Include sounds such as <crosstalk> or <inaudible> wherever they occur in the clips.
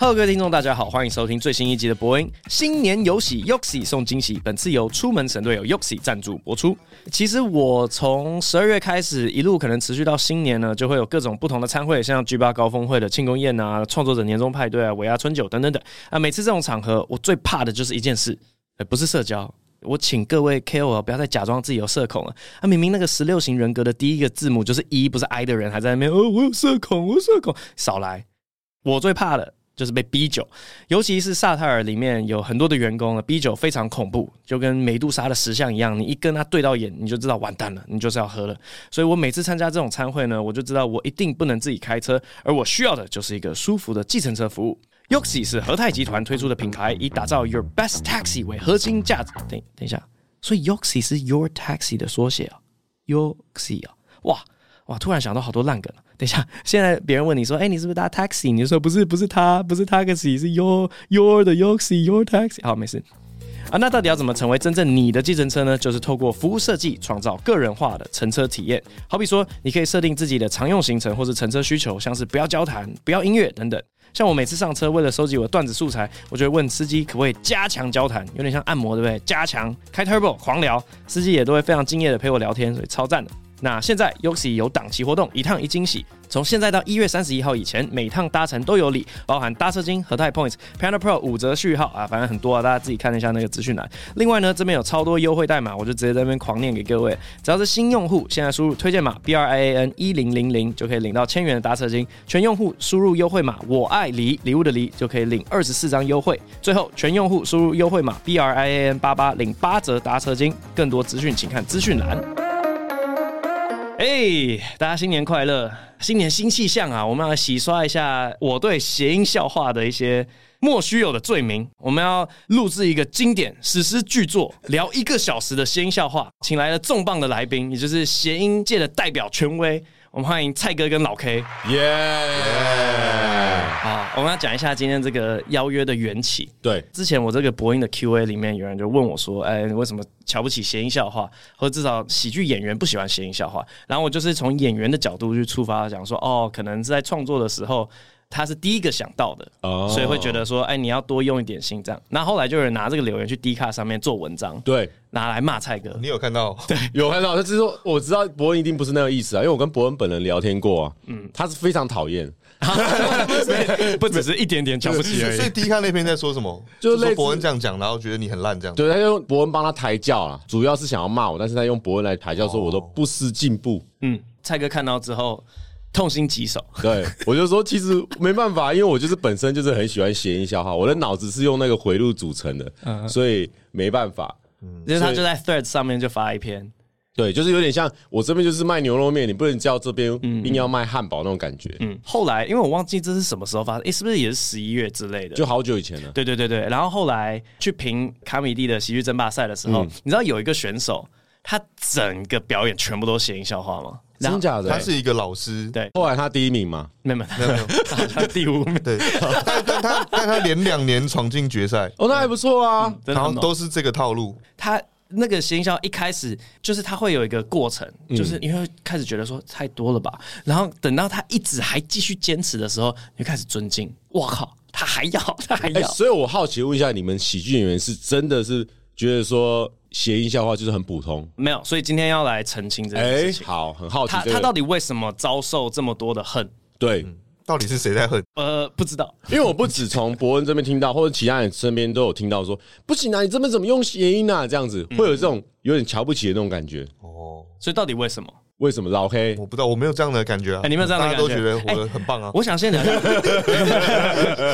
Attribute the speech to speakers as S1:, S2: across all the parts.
S1: Hello，各位听众，大家好，欢迎收听最新一集的博恩新年有喜 Yoxi 送惊喜。本次由出门神队友 Yoxi 赞助播出。其实我从十二月开始，一路可能持续到新年呢，就会有各种不同的参会，像 G 八高峰会的庆功宴啊、创作者年终派对啊、尾牙春酒等等等啊。每次这种场合，我最怕的就是一件事，呃不是社交。我请各位 KOL 不要再假装自己有社恐了。啊，明明那个十六型人格的第一个字母就是 E，不是 I 的人，还在那边哦，我有社恐，我有社恐，少来。我最怕的就是被 B 九，尤其是萨泰尔里面有很多的员工了，B 九非常恐怖，就跟美杜莎的石像一样，你一跟他对到眼，你就知道完蛋了，你就是要喝了。所以我每次参加这种餐会呢，我就知道我一定不能自己开车，而我需要的就是一个舒服的计程车服务。Yoxi 是和泰集团推出的品牌，以打造 Your Best Taxi 为核心价值。等等一下，所以 Yoxi 是 Your Taxi 的缩写啊，Yoxi 啊，哇！哇，突然想到好多烂梗了。等一下，现在别人问你说：“哎、你是不是搭 taxi？” 你就说：“不是，不是他，不是 taxi，是 your your 的 yoxi your taxi。”好，没事。啊，那到底要怎么成为真正你的计程车呢？就是透过服务设计创造个人化的乘车体验。好比说，你可以设定自己的常用行程或是乘车需求，像是不要交谈、不要音乐等等。像我每次上车，为了收集我的段子素材，我就会问司机可不可以加强交谈，有点像按摩，对不对？加强开 turbo 狂聊，司机也都会非常敬业的陪我聊天，所以超赞的。那现在 Yoxi 有档期活动，一趟一惊喜。从现在到一月三十一号以前，每趟搭乘都有礼，包含搭车金、和泰 Points、Panda Pro 五折序号啊，反正很多啊，大家自己看一下那个资讯栏。另外呢，这边有超多优惠代码，我就直接在那边狂念给各位。只要是新用户，现在输入推荐码 B R I A N 一零零零就可以领到千元的搭车金；全用户输入优惠码我爱梨礼物的梨就可以领二十四张优惠。最后，全用户输入优惠码 B R I A N 八八领八折搭车金。更多资讯请看资讯栏。哎、大家新年快乐！新年新气象啊！我们要洗刷一下我对谐音笑话的一些莫须有的罪名。我们要录制一个经典史诗巨作，聊一个小时的谐音笑话，请来了重磅的来宾，也就是谐音界的代表权威。我们欢迎蔡哥跟老 K
S2: 耶、
S1: 啊！我们要讲一下今天这个邀约的缘起。
S2: 对，
S1: 之前我这个博音的 Q&A 里面有人就问我说：“哎，你为什么瞧不起谐音笑话，或者至少喜剧演员不喜欢谐音笑话？”然后我就是从演员的角度去出发，讲说：“哦，可能是在创作的时候。”他是第一个想到的
S2: 哦
S1: 所以会觉得说，哎，你要多用一点心这样。那后来就有人拿这个留言去 D 卡上面做文章，
S2: 对，
S1: 拿来骂蔡哥。
S3: 你有看到？对，
S2: 有看到，他只是说我知道伯恩一定不是那个意思啊，因为我跟伯恩本人聊天过啊，嗯，他是非常讨厌，
S1: 不只是一点点瞧不起而
S3: 所以
S1: 已。
S3: 第一看那篇在说
S1: <laughs>
S3: 什么？
S2: 就类
S3: 说
S2: 似
S3: 伯恩这样讲，然后觉得你很烂这样。
S2: 对，他就用伯恩帮他抬轿啊，主要是想要骂我，但是他用伯恩来抬轿，说我
S1: 哦
S2: 都不思进步。
S1: 嗯，蔡哥看到之后痛心疾首。
S2: 对，我就说其实没办法，因为我就是本身就是很喜欢谐音笑话，我的脑子是用那个回路组成
S1: 嗯
S2: 的，所以没办法。
S1: 就是他就在 Thread 上面就发一篇，
S2: 对，就是有点像我这边就是卖牛肉面，你不能叫这边硬要卖汉堡那种感觉，
S1: 嗯，后来因为我忘记这是什么时候发生，诶，是不是也是十一月之类的？
S2: 就好久以前了。
S1: 对对对对，然后后来去评卡米蒂的喜剧争霸赛的时候，你知道有一个选手，他整个表演全部都谐音笑话吗？然后
S2: 真假的欸？
S3: 他是一个老师，
S1: 对
S2: 后来他第一名嘛？
S1: 没有没有没 <laughs> 有，他好像第五名，
S3: 对，但但他但他连两年闯进决赛，
S2: 哦，那还不错啊。
S1: 真的
S3: 然后
S1: 很猛
S3: 都是这个套路。
S1: 他那个谐音笑一开始就是他会有一个过程，就是你会开始觉得说太多了吧，然后等到他一直还继续坚持的时候，你就开始尊敬，我靠，他还要他还
S2: 哎、
S1: 要，
S2: 所以我好奇问一下，你们喜剧演员是真的是觉得说谐音笑话就是很普通？
S1: 没有，所以今天要来澄清这
S2: 哎、
S1: 件事情。
S2: 好，很好奇
S1: 他
S2: 这个
S1: 他到底为什么遭受这么多的恨？
S2: 对，
S3: 到底是谁在恨？
S1: 呃，不知道。
S2: 因为我不止从伯恩这边听到，或者其他人身边都有听到说，不行啊，你这边怎么用谐音啊？这样子会有这种有点瞧不起的那种感觉。
S3: 哦，
S1: 所以到底为什么？
S2: 为什么老黑？
S3: 我不知道，我没有这样的感觉啊。
S1: 哎你没有这样的
S3: 大家都
S1: 感觉哎
S3: 觉得我很棒啊，
S1: 我想先聊聊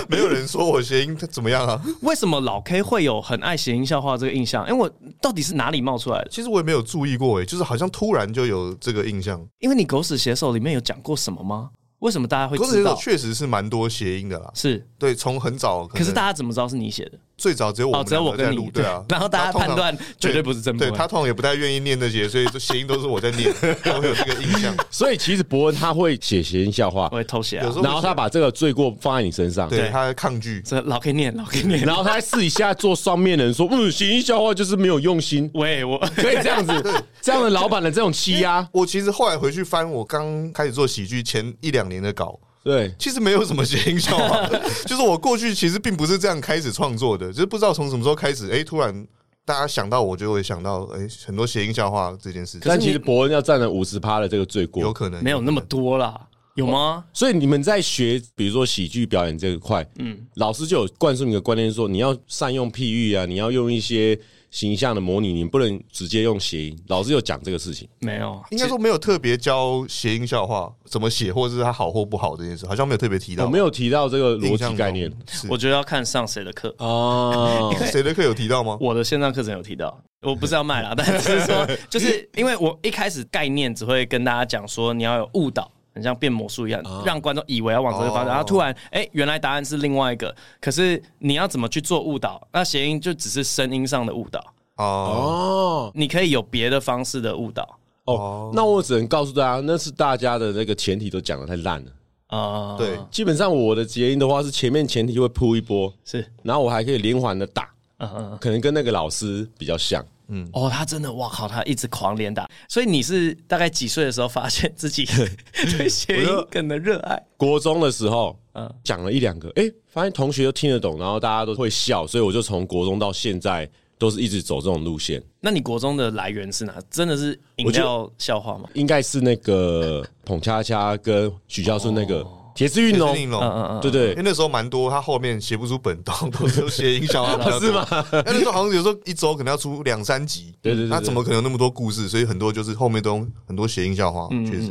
S3: 没有人说我谐音怎么样啊。
S1: <laughs> 为什么老 K 会有很爱谐音笑话这个印象？因为我到底是哪里冒出来的？
S3: 其实我也没有注意过，哎，就是好像突然就有这个印象。
S1: 因为你狗屎写手里面有讲过什么吗？为什么大家会
S3: 歌手
S1: 知道？
S3: 确实是蛮多谐音的啦，
S1: 是，
S3: 对，从很早，
S1: 可是大家怎么知道是你写的？
S3: 最早只有我
S1: 哦，
S3: 们
S1: 只有我
S3: 两个在
S1: 跟
S3: 录，
S1: 你
S3: 对啊，
S1: 然后大家
S3: 通常
S1: 判断绝对不是真
S3: 对
S1: 播。
S3: 他通常也不太愿意念那些，所以这谐音都是我在
S1: <laughs>
S3: 念，我有这个印象。
S2: 所以其实伯恩他会写谐音笑话
S1: 我，会偷写
S3: 有
S1: 啊
S3: 时。候
S2: 然后他把这个罪过放在你身上，
S3: 对他抗拒，
S1: 这老 K 念，老 K 念。
S2: 然后他还私底下做双面人说，嗯，谐音笑话就是没有用心，
S1: 喂，我 <laughs>
S2: <laughs> 可以这样子，这样的老板的这种欺压。
S3: 我其实后来回去翻我刚开始做喜剧前一两年的稿，
S2: 对，
S3: 其实没有什么谐音笑
S1: <laughs>
S3: 话，就是我过去其实并不是这样开始创作的，就是不知道从什么时候开始，哎、突然大家想到我就会想到，哎、很多谐音笑话这件事情，
S2: 但其实伯恩要占了五十趴的这个罪
S3: 有
S2: 过，
S3: 可能
S1: 没有那么多啦，有吗？
S2: 所以你们在学，比如说喜剧表演这一块，嗯，老师就有灌输你的观念说，你要善用譬喻啊，你要用一些形象的模拟，你不能直接用谐音。老师有讲这个事情，
S1: 没有，
S3: 应该说没有特别教谐音笑话怎么写，或者是它好或不好这件事，好像没有特别提到。
S2: 我没有提到这个逻
S3: 印象
S2: 辑
S3: 中
S2: 概念
S3: 是
S1: 我觉得要看上谁的课。
S2: 哦，
S3: 谁的课有提到吗？
S1: 我的线上课程有提到，我不是要卖啦， <laughs> 但只是说，就是因为我一开始概念只会跟大家讲说，你要有误导，很像变魔术一样，让观众以为要往这个方向，
S3: 哦
S1: 然后突然，哎、原来答案是另外一个，可是你要怎么去做误导？那谐音就只是声音上的误导，
S3: 哦，
S2: 哦
S1: 你可以有别的方式的误导。
S2: 哦，那我只能告诉大家，那是大家的那个前提都讲的太烂了。
S1: 啊、
S3: 对，
S2: 基本上我的结音的话是前面前提会铺一波，
S1: 是，
S2: 然后我还可以连环的打，
S1: 嗯嗯嗯，
S2: 可能跟那个老师比较像。
S1: 哦，他真的，哇靠，他一直狂连打，所以你是大概几岁的时候发现自己对谐音梗的热爱？
S2: 国中的时候，
S1: 嗯
S2: 讲了一两个，诶，发现同学都听得懂，然后大家都会笑，所以我就从国中到现在都是一直走这种路线。
S1: 那你国中的来源是哪？真的是饮
S2: 我觉
S1: 料笑话吗？
S2: 应该是那
S3: <laughs>
S2: 个捧恰恰跟许孝顺那个
S3: 哦
S2: 铁丝运
S3: 是应
S2: 动，
S1: 嗯
S3: 龙，
S2: 对对
S3: 因为那时候蛮多，他后面写不出本动，都是谐音笑
S1: <laughs>
S3: 话比较多
S2: 是吗？
S3: 啊 <laughs> 那那时候好像有时候一周可能要出两三集，
S2: 对对对
S3: 他怎么可能有那么多故事？所以很多就是后面都用很多谐音笑话，
S1: 嗯
S3: 确实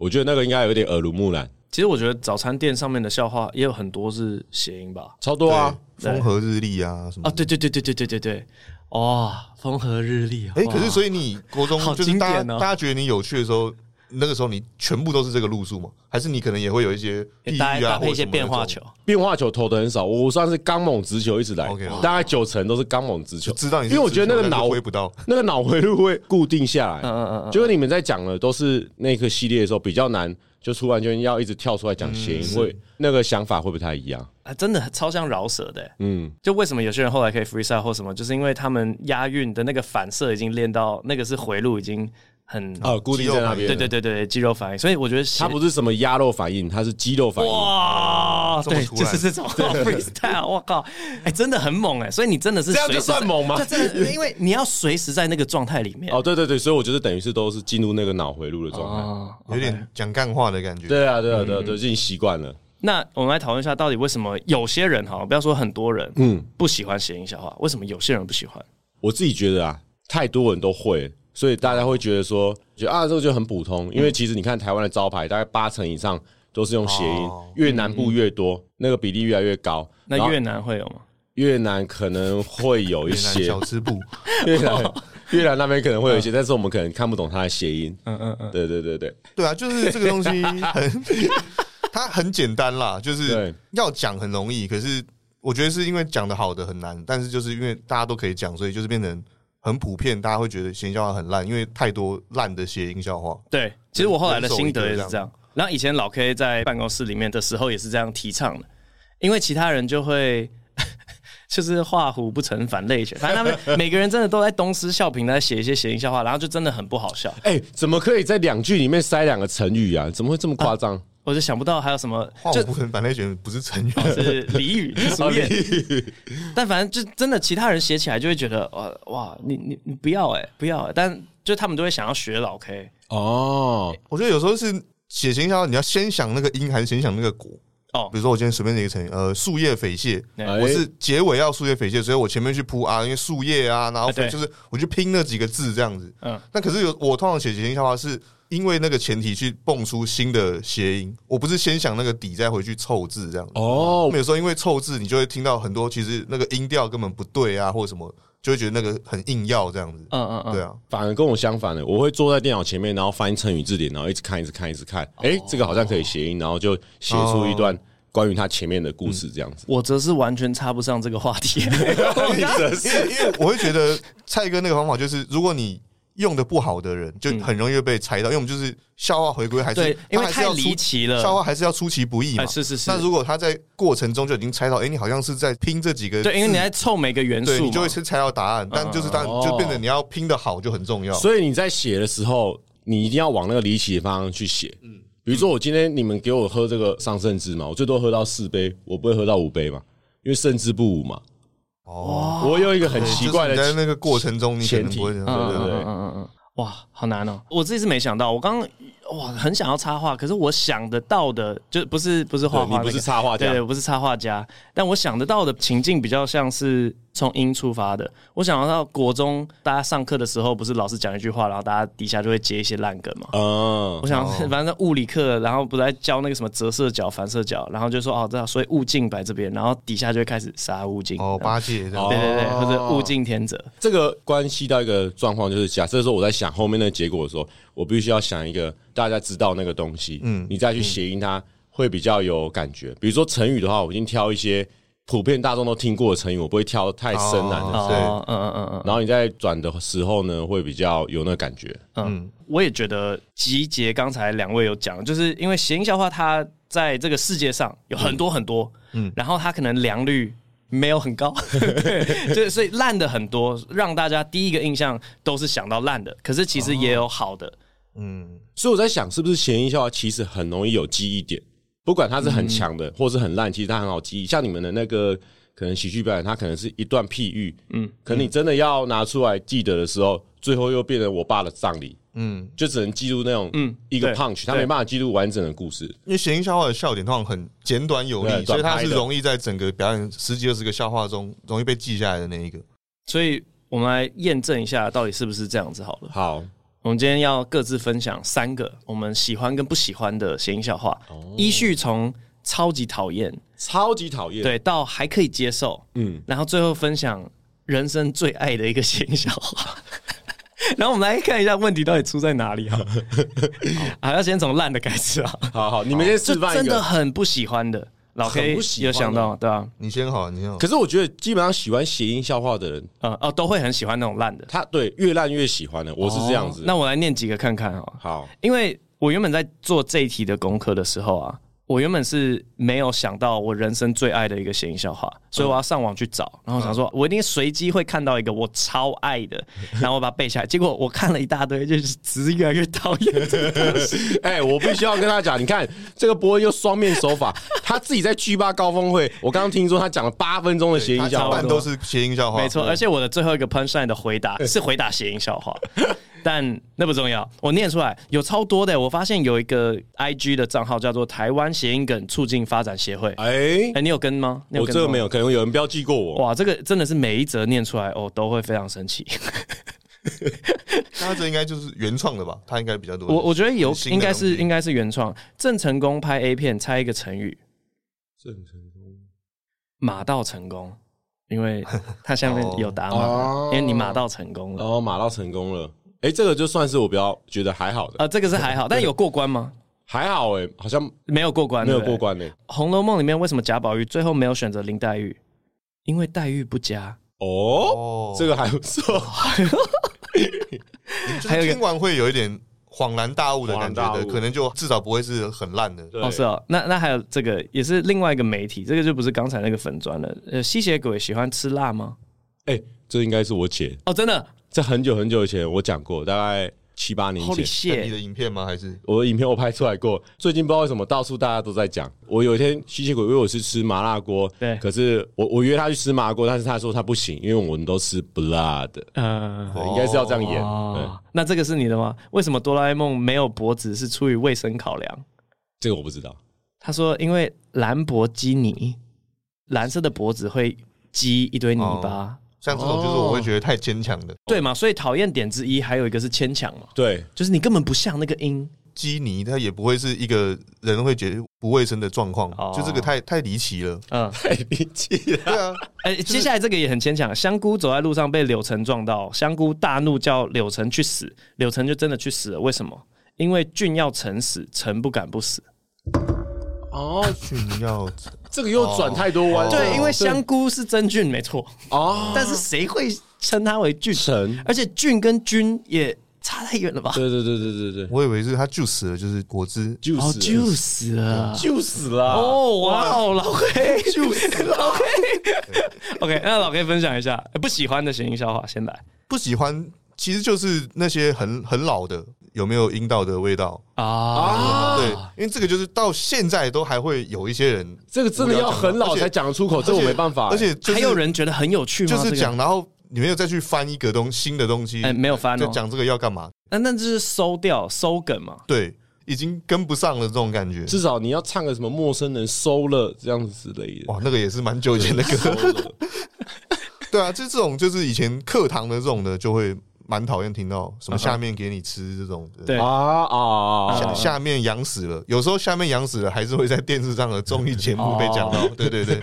S2: 我觉得那个应该有点耳濡目染，
S1: 其实我觉得早餐店上面的笑话也有很多是谐音吧。
S2: 超多啊！
S3: 对风和日丽啊什么
S1: 啊，。对对对对对对对对，哇、风和日丽啊！
S3: 哎，
S1: 哇
S3: 可是所以你国中
S1: 好
S3: 就是大家
S1: 经典哦
S3: 大家觉得你有趣的时候，那个时候你全部都是这个路数吗？还是你可能也会有一些地
S1: 搭
S3: 域啊，
S1: 搭
S3: 或
S1: 配一
S3: 者
S1: 些
S3: 什么
S1: 变化
S3: 那种
S1: 球，
S2: 变化球投的很少，我算是刚猛直球一直来
S3: OK，
S2: 大概九成都是刚猛直球，
S3: 知道你
S2: 因
S3: 是
S2: 为我觉得那个
S3: 直球但
S2: 脑
S3: 是挥不到，
S2: 那个脑回路会固定下来。
S1: 嗯嗯嗯嗯
S2: 就跟你们在讲的都是那个系列的时候比较难，就突然间要一直跳出来讲谐
S1: 嗯
S2: 音，会那个想法会不太一样。
S1: 啊，真的超像饶舌的欸。
S2: 嗯，
S1: 就为什么有些人后来可以 freestyle 或什么，就是因为他们押韵的那个反射已经练到那个是回路已经很
S2: 哦，固定在那边。
S1: 对对，对对，肌肉反应。所以我觉得
S2: 它
S1: 写
S2: 不是什么鸭肉反应，它是肌肉反应。
S1: 哇，
S3: 这么
S1: 哦对，
S3: 突
S1: 就
S3: 然
S1: 是这种
S3: <laughs>
S1: freestyle，我靠，哎，真的很猛哎，所以你真的是
S2: 这样
S1: 随时
S2: 就算
S1: 在
S2: 猛吗
S1: 这真的，因为你要随时在那个状态里面
S2: 哦，对对对，所以我觉得等于是都是进入那个脑回路的状态。
S1: 哦。
S3: 有点讲干话的感觉。
S2: 对啊，对啊，对
S1: 嗯
S2: 啊，对，已经习惯了。
S1: 那我们来讨论一下，到底为什么有些人哈，不要说很多人，嗯，不喜欢谐音笑话，为什么有些人不喜欢？
S2: 我自己觉得啊，太多人都会，所以大家会觉得说，觉得啊，这个就很普通。
S1: 嗯
S2: 因为其实你看台湾的招牌，大概八成以上都是用谐音
S3: 哦，
S2: 越南
S1: 嗯
S2: 部越多，那个比例越来越高。然
S1: 那
S2: 后
S1: 越南会有吗？
S2: 越南可能会有一
S3: 越南
S2: 些
S3: 小吃部，
S2: <laughs> 越南越南那边可能会有一些，但是我们可能看不懂它的谐音。
S1: 嗯嗯嗯，
S2: 对对对对，
S3: 对啊，就是这个东西
S1: <laughs>
S3: 很，它很简单啦，就是
S2: 对
S3: 要讲很容易，可是我觉得是因为讲的好的很难，但是就是因为大家都可以讲，所以就是变成很普遍，大家会觉得谐音笑话很烂，因为太多烂的谐音笑话。
S1: 对。其实我后来的心得也是
S3: 人手一个
S1: 这
S3: 这
S1: 样。然后以前老 K 在办公室里面的时候也是这样提倡的，因为其他人就会 <laughs> 就是画虎不成反类犬，反正他们每个人真的都在东施效颦，在写一些谐音笑话，然后就真的很不好笑。
S2: 哎、怎么可以在两句里面塞两个成语啊？怎么会这么夸张？
S1: 我就想不到还有什么，
S3: 话
S1: 就哦
S3: 我不能反类选不是成语，
S1: <laughs> 是俚语、俗谚，哦 <laughs> 但反正就真的其他人写起来就会觉得，哇哇，你你你不要哎、不要、欸，但就他们都会想要学老 K
S2: 哦，
S3: 我觉得有时候是写谐音笑话，你要先想那个因，还是先想那个果？
S1: 哦
S3: 比，如说我今天随便写一个成语，呃，树叶匪蟹，
S1: 哎
S3: 我是结尾要树叶匪蟹，所以我前面去铺啊，因为树叶啊，然后
S1: 哎对
S3: 就是我就拼那几个字这样子。
S1: 嗯
S3: 嗯，那可是有我通常写谐音笑话是。因为那个前提去蹦出新的谐音，我不是先想那个底，再回去凑字这样子。
S2: 哦，
S3: 有时候因为凑字，你就会听到很多其实那个音调根本不对啊，或者什么，就会觉得那个很硬要这样子。
S1: 嗯嗯嗯， <laughs>
S3: 对啊，
S2: 反而跟我相反的，我会坐在电脑前面，然后翻成语字典，然后一直看，一直看，一直看。哎、这个好像可以谐音，然后就写出一
S1: 哦
S2: 段关于它前面的故
S1: 嗯
S2: 事，这样子。
S1: 我则是完全插不上这个话 <laughs> 题。
S3: 因为因为我会觉得蔡哥那个方法就是，如果你用的不好的人，就很容易会被猜到，因为我们就是笑话回归还
S1: 嗯对
S3: 是，
S1: <laughs> 因为
S3: 他还是
S1: 太
S3: 要出
S1: 离奇了
S3: 笑话还是要出其不意嘛。
S1: 哎是是是
S3: 那如果他在过程中就已经猜到，哎，你好像是在拼这几个字，
S1: 对，因为你在凑每个元
S3: 对
S1: 素
S3: 你
S1: 嘛，
S3: 就会先猜到答案，但就是当
S2: 哦
S3: 就变成你要拼的好就很重要。
S2: 所以你在写的时候，你一定要往那个离奇的方向去写。比如说，我今天你们给我喝这个上圣汁嘛，我最多喝到四杯，我不会喝到五杯嘛，因为圣汁不武嘛。
S3: 哦，
S2: 我有一个很
S3: 对
S2: 奇怪的
S3: 就是你
S2: 情，
S3: 在那个过程中，你可
S2: 前
S3: 能
S2: 提
S3: 不会这样
S2: 嗯
S3: 对对对。
S2: 对
S1: 嗯嗯嗯，哇，好难哦！我自己是没想到，我刚刚哇很想要插画，可是我想得到的就不是不是画
S2: 对
S1: 嗯画、那
S2: 你
S1: 个，
S2: 不是插
S3: 哦
S2: 画
S1: 对，
S2: 家，
S1: 我不是插画家，但我想得到的情境比较像是从音出发的。我想到国中大家上课的时候，不是老师讲一句话，然后大家底下就会接一些烂梗嘛。
S2: 嗯
S1: 我，想，
S3: 哦
S1: <laughs> 反正物理课，然后不是在教那个什么折射角、反射角，然后就说哦，这样，所以物镜摆这边，然后底下就会开始杀物镜。
S3: 哦，八戒这样
S2: 哦
S1: 对对对，或者物竞天择。
S2: 这个关系到一个状况，就是假设说我在想后面的结果的时候，我必须要想一个大家知道那个东西，嗯，你再去谐音它会比较有感觉。比如说成语的话，我已经挑一些普遍大众都听过的成语，我不会挑太深难的。
S3: 哦
S1: 哦，嗯嗯嗯嗯。
S2: 然后你在转的时候呢，会比较有那感觉。
S1: 我也觉得集结刚才两位有讲，就是因为谐音笑话它在这个世界上有很多很多，嗯，然后它可能良率。没有很高，对，就所以烂的很多，让大家第一个印象都是想到烂的，可是其实也有好的，
S3: 嗯，
S2: 所以我在想，是不是谐音笑话其实很容易有记忆点，不管它是很强的，或是很烂，其实它很好记忆。像你们的那个可能喜剧表演，它可能是一段譬喻，嗯，可你真的要拿出来记得的时候，最后又变成我爸的葬礼，嗯，就只能记录那种嗯一个
S1: 对
S2: punch，他
S1: 对
S2: 没办法记录完整的故事。
S3: 因为谐音笑话的笑点通常很简短有
S2: 对
S3: 力，所以它
S2: 短拍
S3: 是
S2: 的
S3: 容易在整个表演十几二十个笑话中容易被记下来的那一个。
S1: 所以我们来验证一下到底是不是这样子好了。
S2: 好，
S1: 我们今天要各自分享三个我们喜欢跟不喜欢的谐音笑话，依序从超级讨厌
S2: 超级讨厌，，
S1: 对到还可以接受，
S2: 嗯，
S1: 然后最后分享人生最爱的一个闲笑话。 <laughs> 然后我们来看一下问题到底出在哪里
S2: <laughs>
S1: 哈。好，要先从烂的开始啊，
S2: 好好，你们先
S1: 就
S2: 示范
S1: 真
S2: 一
S1: 的
S2: 个。
S1: 很不喜欢的，老黑
S2: 很不喜欢
S1: 有想到对吧、
S3: 你先好，啊你先好。
S2: 可是我觉得，基本上喜欢谐音笑话的人，
S1: 啊？呃哦，都会很喜欢那种烂的，哦
S2: 他对越烂越喜欢的，我是这样子。
S1: 那我来念几个看看啊哈，
S2: 好，
S1: 因为我原本在做这一题的功课的时候啊，我原本是没有想到我人生最爱的一个谐音笑话，
S2: 嗯
S1: 所以我要上网去找，然后想说，我一定随机会看到一个我超爱
S2: <laughs>
S1: 的，然后我把它背下来。结果我看了一大堆，就是只是越来越讨厌这个东西。
S2: <laughs> 哎、我必须要跟他讲，你看这个波又双面手法，他自己在 G 八高峰会，我刚刚听说他讲了八分钟的谐
S3: 它
S2: 音
S3: 一
S2: 笑话
S3: 半，都是谐音笑话，
S1: 没错，而且我的最后一个 punchline 的回
S2: <laughs>
S1: 答是回答谐音笑话，但那不重要，我念出来有超多的。我发现有一个 IG 的账号叫做台湾谐音梗促进发展协会，哎、
S2: 哎、
S1: 你有跟吗？你
S2: 我
S1: 跟
S2: 这个
S1: 吗
S2: 没有，可能有人标记过我。
S1: 哇，这个真的是每一则念出来，哦，都会非常生
S2: <laughs>
S1: 气。
S3: 那这应该就是原创的吧？它应该比较多。
S1: 我我觉得有，
S3: 新的
S1: 应该
S3: 东
S1: 是
S3: 西
S1: 应该是原创。郑成功拍 A 片，猜一个成语，
S2: 郑成功
S1: 马到成功，因为他下面有打马，
S2: 哦
S1: 因为你马到成功了。
S2: 然哦后马到成功了，哎、这个就算是我比较觉得还好的，
S1: 啊，这个是还好，但有过关吗？
S2: 还好哎、好像
S1: 没有过关，
S2: 没有
S1: 对不对
S2: 过。关呢、
S1: 《红楼梦》里面为什么贾宝玉最后没有选择林黛玉？因为黛玉不佳。
S2: 哦，
S3: 哦，
S2: 这个还不错，
S3: 就
S1: 还有一
S3: 是
S1: 个
S3: 听完会有一点恍然大悟的感
S2: 恍
S3: 觉
S2: 然
S3: 的，
S2: 大悟
S3: 可能就至少不会是很烂的。
S2: 对
S1: 哦，是哦，那那还有这个也是另外一个媒体，这个就不是刚才那个粉砖了。呃，吸血鬼喜欢吃辣吗？
S2: 哎、这应该是我姐，
S1: 哦，真的
S2: 这很久很久以前我讲过，大概七八年
S1: ，Holy
S2: 前。
S3: 看你
S1: shit！
S3: 的影片吗？还是
S2: 我的影片我拍出来过，最近不知道为什么到处大家都在讲。我有一天吸血鬼约我去吃麻辣锅，
S1: 对
S2: 可是我我约他去吃麻辣锅，但是他说他不行，因为我们都吃 blood，
S1: 呃，
S2: 应该是要这样演。嗯，
S1: 哦，那这个是你的吗？为什么哆啦 A 梦没有脖子是出于卫生考量？
S2: 这个我不知道。
S1: 他说，因为兰博基尼蓝色的脖子会积一堆泥巴，
S3: 像这种，就是我会觉得太坚强的。
S1: 对嘛？所以讨厌点之一还有一个是牵强嘛， <laughs>
S2: 对，
S1: 就是你根本不像那个音。
S3: 基尼他也不会是一个人会觉得不卫生的状况
S1: 哦，
S3: 就这个太太离奇
S2: <laughs>
S3: 了。
S1: 嗯，
S2: 太离奇了。
S3: 对啊，
S1: 哎、接下来这个也很牵强。香菇走在路上被柳橙撞到，香菇大怒叫柳橙去死，柳橙就真的去死了。为什么？因为菌要臣死，臣不敢不死。
S2: 哦，
S3: 俊耀
S2: 这个又转太多弯了。
S1: 哦对，因为香菇是真菌，没错，
S2: 哦，
S1: 但是谁会称它为菌？
S2: 成。
S1: 而且菌跟菌也差太远了吧？
S2: 对对对对对对，
S3: 我以为是他 juice 了，就是果汁。
S2: 就
S1: 哦，
S2: 死
S1: 就死了。
S2: 就死了。
S1: 哦，哇哦，老黑
S2: 就死
S1: <laughs>
S2: 了。
S1: 老黑 OK，那老黑分享一哎下、呃不喜欢的谐音笑话，先来。
S3: 不喜欢，其实就是那些很很老的，有没有阴道的味道？
S1: 啊，
S3: 对，因为这个就是到现在都还会有一些人，
S2: 这个真的要很老才讲得出口，这我没办法、
S3: 而且就是
S1: 还有人觉得很有趣吗？
S3: 就是
S1: 这个
S3: 讲，然后你没有再去翻一个东新的东西，
S1: 哎，没有翻
S3: 就
S1: 哦，
S3: 讲这个要干嘛？
S1: 那那就是收掉收梗嘛，
S3: 对，已经跟不上了这种感觉。
S2: 至少你要唱个什么陌生人收了这样子之类的。
S3: 哇，那个也是蛮久以前的歌。
S1: <laughs>
S3: 对啊，就这种就是以前课堂的这种的，就会蛮讨厌听到什么下面给你吃这种的。
S1: 对哦
S2: 啊啊
S3: 下
S2: 啊！
S3: 下面养死了，有时候下面养死了，还是会在电视上的综艺节目被讲
S1: <laughs>
S3: 到。对对对，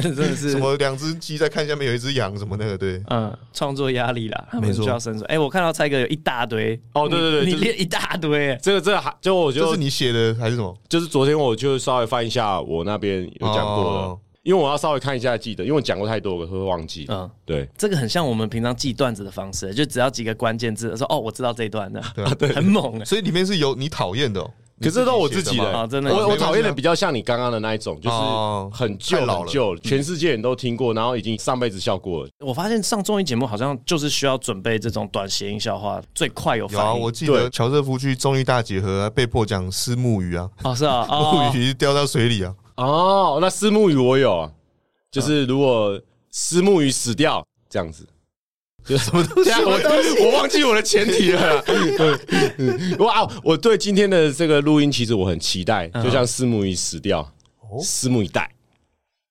S1: 真的是
S3: 什么两只鸡在看下面有一只羊什么那个，对，
S1: <laughs> 嗯，创作压力啦，他们
S3: 没错
S1: 就要生存。哎、我看到蔡哥有一大堆，
S2: 哦对对对
S1: 你
S2: 就
S1: 你
S2: 是
S1: 列一大堆、哎
S2: 这个这个还就我
S3: 这
S2: 就是
S3: 你写的还是什么？
S2: 就是昨天我就稍微翻一下我那边有讲过了，
S3: 哦
S2: 因为我要稍微看一下记得，因为我讲过太多，我会忘记。
S1: 嗯，
S2: 对，
S1: 这个很像我们平常记段子的方式，就只要几个关键字，说哦，我知道这一段的，对， <laughs> 很猛哎、
S3: 所以里面是有你讨厌的哦，
S2: 可是到我自己
S3: 写
S2: 的、
S3: 的
S1: 吗哦真的
S2: 我
S3: 没
S2: 我
S3: 关系啊
S2: 讨厌的比较像你刚刚的那一种，就是
S3: 哦
S2: 很
S3: 太
S2: 旧
S3: 老
S2: 很
S3: 了
S2: 旧，全世界人都听过，然后已经上辈子笑过了。
S1: 我发现上综艺节目好像就是需要准备这种短谐音笑话，最快有
S3: 有
S1: 反应。
S3: 啊，我记
S2: 对
S3: 得乔瑟夫去综艺大结合、啊、被迫讲吃木鱼啊，
S1: 哦是
S3: <laughs>
S1: 啊，哦
S3: 木鱼掉到水里啊，
S2: 哦，那私木鱼我有啊，就是如果私木鱼死掉这样子，就是什么东西？我我忘记我的前提了啦。 <laughs> 嗯 <laughs> 哇，我对今天的这个录音其实我很期待，就像私木鱼死掉，拭目以待。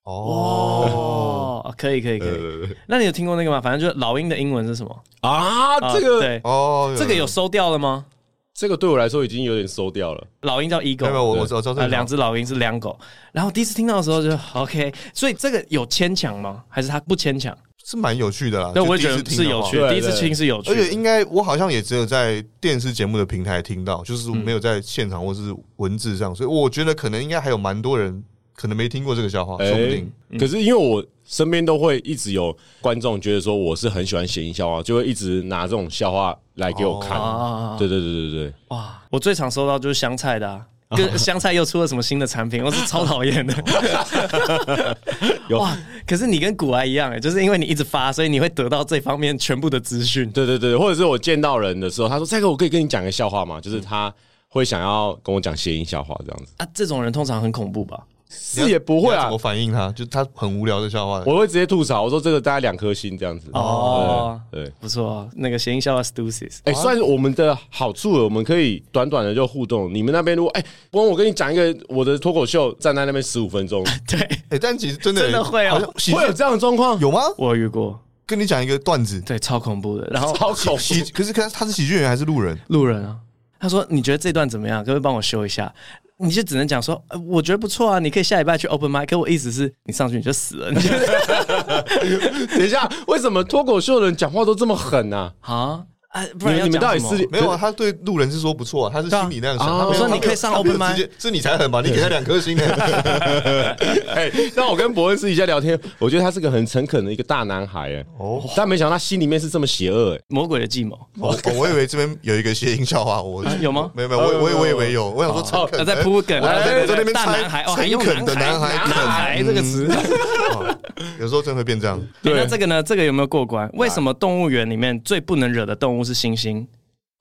S3: 哦，
S1: 哦，可以可以可以。
S3: 对对
S1: 那你有听过那个吗？反正就是老鹰的英文是什么？
S2: 啊，
S1: 啊
S2: 这个
S1: 对，
S3: 哦，
S1: 这个有收掉了吗？
S2: 这个对我来说已经有点收掉了。
S1: 老鹰叫
S3: 没
S1: eagle，
S3: 有没有我我
S2: 对
S3: 我知道这
S1: 啊，
S3: 个
S1: 两只老鹰是两狗。然后第一次听到的时候就 OK，所以这个有牵强吗？还是他不牵强？
S3: 是蛮有趣的啦，
S1: 但
S3: 哦就
S1: 我也
S3: 第一
S1: 觉
S3: 次
S1: 得
S3: 听
S1: 是
S3: 的
S1: 有
S3: 话
S1: 趣的，
S2: 对
S1: 第一次
S2: 对
S1: 听是有趣
S3: 而
S1: 的。
S3: 且应该我好像也只有在电视节目的平台听到，就是没
S1: 嗯
S3: 有在现场或是文字上，所以我觉得可能应该还有蛮多人可能没听过这个笑话，
S2: 哎
S3: 说不定。
S2: 可是因为我身边都会一直有观众觉得说我是很喜欢谐音笑话，就会一直拿这种笑话来给我看。
S1: 啊，
S2: 对对对对对，
S1: 哇！我最常收到就是香菜的、啊。
S2: <laughs>
S1: 跟香菜又出了什么新的产品，我是超讨厌的。
S2: <laughs> 有
S1: 哇！可是你跟古埃一样、欸，就是因为你一直发，所以你会得到这方面全部的资讯。
S2: 对对对，或者是我见到人的时候，他说：“蔡哥，我可以跟你讲个笑话吗？”就是他会想要跟我讲谐音笑话这样子，
S1: 啊，这种人通常很恐怖吧？
S2: 是也不
S3: 不
S2: 会
S3: 怎
S2: 啊
S3: 么，反应他？就他很无聊的笑话，
S2: 我会直接吐槽，我说这个大概两颗星这样子。
S1: 哦
S2: 对，对
S1: 不错、啊，那个谐音笑话 Stusis
S2: 哎、算是我们的好处了，我们可以短短的就互动。你们那边如果哎，不、然我跟你讲一个我的脱口秀，站在那边十五分钟，
S1: <laughs>
S2: <laughs>
S1: 对
S3: 哎，但其实真的
S1: 真的会哦
S3: 好像喜剧
S2: 会有这样的状况，
S3: 有吗？
S1: 我有遇过，
S3: 跟你讲一个段子，
S1: 对，超恐怖的。然后
S2: 超恐
S3: 喜
S2: 怖。
S3: 可是看他是喜剧演员还是路人？
S1: 路人啊，他说你觉得这段怎么样？可不可以帮我修一下？你就只能讲说，呃我觉得不错啊，你可以下礼拜去 open mic。可我意思是你上去你就死了，你就
S2: 等一下，为什么脱口秀的人讲话都这么狠啊？
S1: 啊啊，不
S2: 你
S1: 然要
S2: 们你们到
S1: 讲
S2: 底
S1: 什么
S2: 私？底
S3: 没有啊，他对路人是说不错啊，他是心里那样想。
S2: 对啊
S3: 他没有
S2: 哦
S1: 我说
S3: 他没
S1: 你
S3: 有
S1: 可以上
S3: 他没有
S1: open
S3: 直接是你才狠吧？你给他两颗星呢？
S1: <laughs>
S2: <laughs> 哎、那我跟伯恩私底下聊天，我觉得他是个很诚恳的一个大男孩、哎，
S3: 哦
S2: 但没想到他心里面是这么邪恶、哎，
S1: 魔鬼的计 <laughs> 谋
S3: 我我以为这边有一个谐音笑话，我
S1: 啊有吗
S3: 没有没有，我我我以为有，我想说
S2: 哦
S3: 诚恳
S1: 啊，在铺梗，
S3: 我在我在那边
S1: 大
S3: 猜
S1: 男孩哦，还用
S3: 诚恳的
S1: 男
S3: 男孩
S1: 男孩哎这个词。
S3: 哦有时候真的会变这样。
S1: 对，啊
S2: 对
S1: 那这个呢？这个有没有过关？为什么动物园里面最不能惹的动物是猩猩？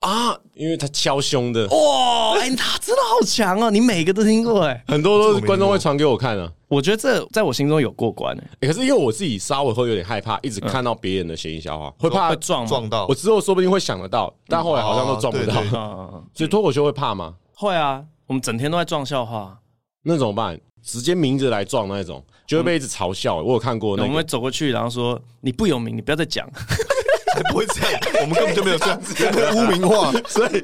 S2: 啊，因为他敲胸的，
S3: 哦
S1: 哇，哎，他真的好强哦！你每个都听过哎，
S2: 很多都是观众会传给我看啊。
S1: 我觉得这在我心中有过关哎，
S2: 欸可是因为我自己稍微会有点害怕，一直看到别人的谐音笑
S3: 哦
S2: 话，会怕
S1: 会啊撞吗？
S3: 撞到
S2: 我之后说不定会想得到，但后来好像都撞不
S3: 哦对
S2: 到。
S3: 对
S1: 嗯，
S2: 所以脱口秀会怕吗？
S1: 会啊，我们整天都在撞笑话，
S2: 那怎么办？直接明着来撞那一种，就会被一直嘲笑。我有看过
S1: 我
S2: 那
S1: 们会
S2: 个，
S1: 走过去，然后说你不有名，你不要再讲。
S3: 才不会这样， <laughs> 我们根本就没有
S1: <laughs>
S3: 这样子污名 <laughs> 化。
S2: <laughs> 所以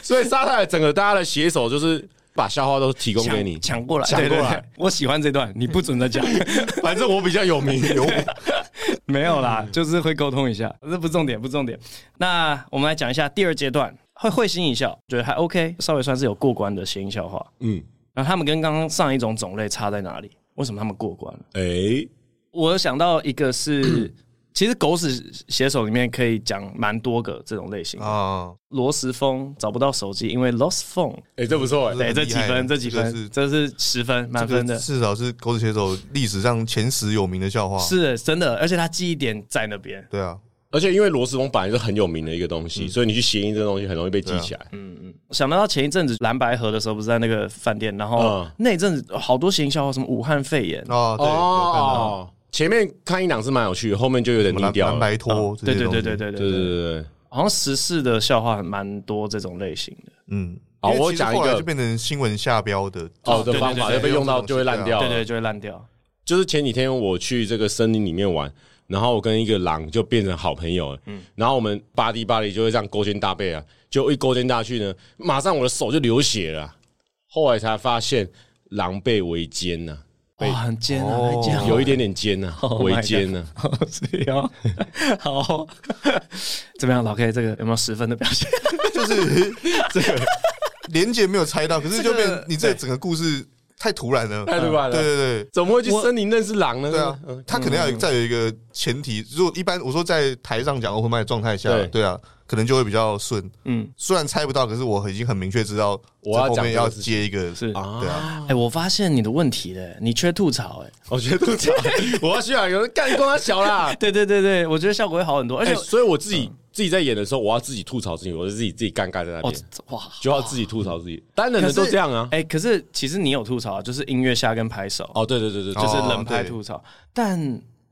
S2: 所以沙太整个大家的写手就是把笑话都提供给你，
S1: 抢过来，
S2: 抢过
S1: 对对
S2: 来
S1: 对。我喜欢这段，你不准再讲。
S2: <laughs> 反正我比较有名， <laughs>
S1: <laughs> 没有啦，就是会沟通一下，这不重点，不重点。那我们来讲一下第二阶段，会会心一笑，觉得还 OK，稍微算是有过关的谐音笑话。
S2: 嗯，
S1: 然后他们跟刚刚上一种种类差在哪里？为什么他们过关了？
S2: 哎，
S1: 我有想到一个是，其实狗屎写手里面可以讲蛮多个这种类型。
S3: 啊，
S1: 罗时峰找不到手机，因为 lost phone。
S2: 哎，这不错哎，
S1: 对，这几分，这几分，这是十分满分的，
S3: 至少是狗子写手历史上前十有名的笑话。
S1: 是真的，而且他记忆点在那边。
S3: 对啊，
S2: 而且因为罗斯风本来是很有名的一个东西，所以你去谐音这个东西很容易被记起来。
S1: 想到前一阵子蓝白河的时候，不是在那个饭店，然后
S2: 嗯
S1: 那一阵子哦好多谐音笑话，什么武汉肺炎，
S3: 哦，对，有看到，
S2: 啊哦前面看一档是蛮有趣的，后面就有点
S3: 什么
S2: 低调
S3: 蓝蓝
S2: 了。啊
S3: 白拖这
S1: 对
S3: 些
S1: 对
S3: 东西，
S1: 对对对对
S2: 对对
S1: 对，
S2: 对对，
S1: 好像时事的笑话蛮多这种类型的。
S3: 嗯，
S2: 好
S3: 因为
S2: 我
S3: 其实
S2: 讲一
S3: 后来
S2: 个
S3: 就变成新闻下标的
S2: <laughs> 哦的
S1: 对对
S2: 方法
S1: 对
S2: 就
S1: 对
S2: 被用到就会烂掉
S1: 对
S2: 了
S1: 对，。就会烂掉。
S2: 就是前几天我去这个森林里面玩，然后我跟一个狼就变成好朋友了。然后我们巴黎巴黎就会这样勾肩搭背啊，就一勾肩搭去呢，马上我的手就流血了啊、后来才发现狼被围歼呐、
S1: 哇，很尖啊，
S3: 哦
S1: 很尖啊，
S2: 有
S1: <laughs>
S2: 一点点奸 <laughs> 呐、
S1: Oh my
S2: 围歼呐、
S1: 是哦，好，怎么样，老 K 这个有没有十分的表现？
S2: <laughs>
S3: 就是这个连接没有猜到，可是就
S2: 这
S3: 变
S2: 个
S3: 你这整个故事太突然了，
S2: 太突然了
S3: 对对对。
S2: 怎么会去森林认识狼呢？
S3: 对啊
S2: 嗯，
S3: 他可能要有再有一个前提，如果一般我说在台上讲 open m i 的状态下，
S2: 对
S3: 对啊，可能就会比较顺。
S1: 嗯，
S3: 虽然猜不到，可是我已经很明确知道
S2: 我要
S3: 这后
S2: 讲
S3: 面
S2: 这个
S3: 要
S2: 事情
S3: 接一个
S1: 是
S3: 啊，对啊，
S1: 哎、我发现你的问题嘞，你缺吐槽哎、
S2: 我觉得吐槽，我要需要有人干光他小 <laughs> 啦。嗯
S1: 对对对对，我觉得效果会好很多，而
S2: 而
S1: 且、
S2: 且，哎所以我自己自己在演的时候，我要自己吐槽自己，我就自己自己尴尬在那
S1: 哦
S2: 边，
S1: 哇，
S2: 就要自己吐槽自己。单人的
S1: 可是
S2: 都这样啊。
S1: 哎、可是其实你有吐槽啊，就是音乐下跟拍手，
S2: 哦，对对对对，对
S1: 就是
S3: 哦
S1: 人拍
S3: 对
S1: 吐槽，但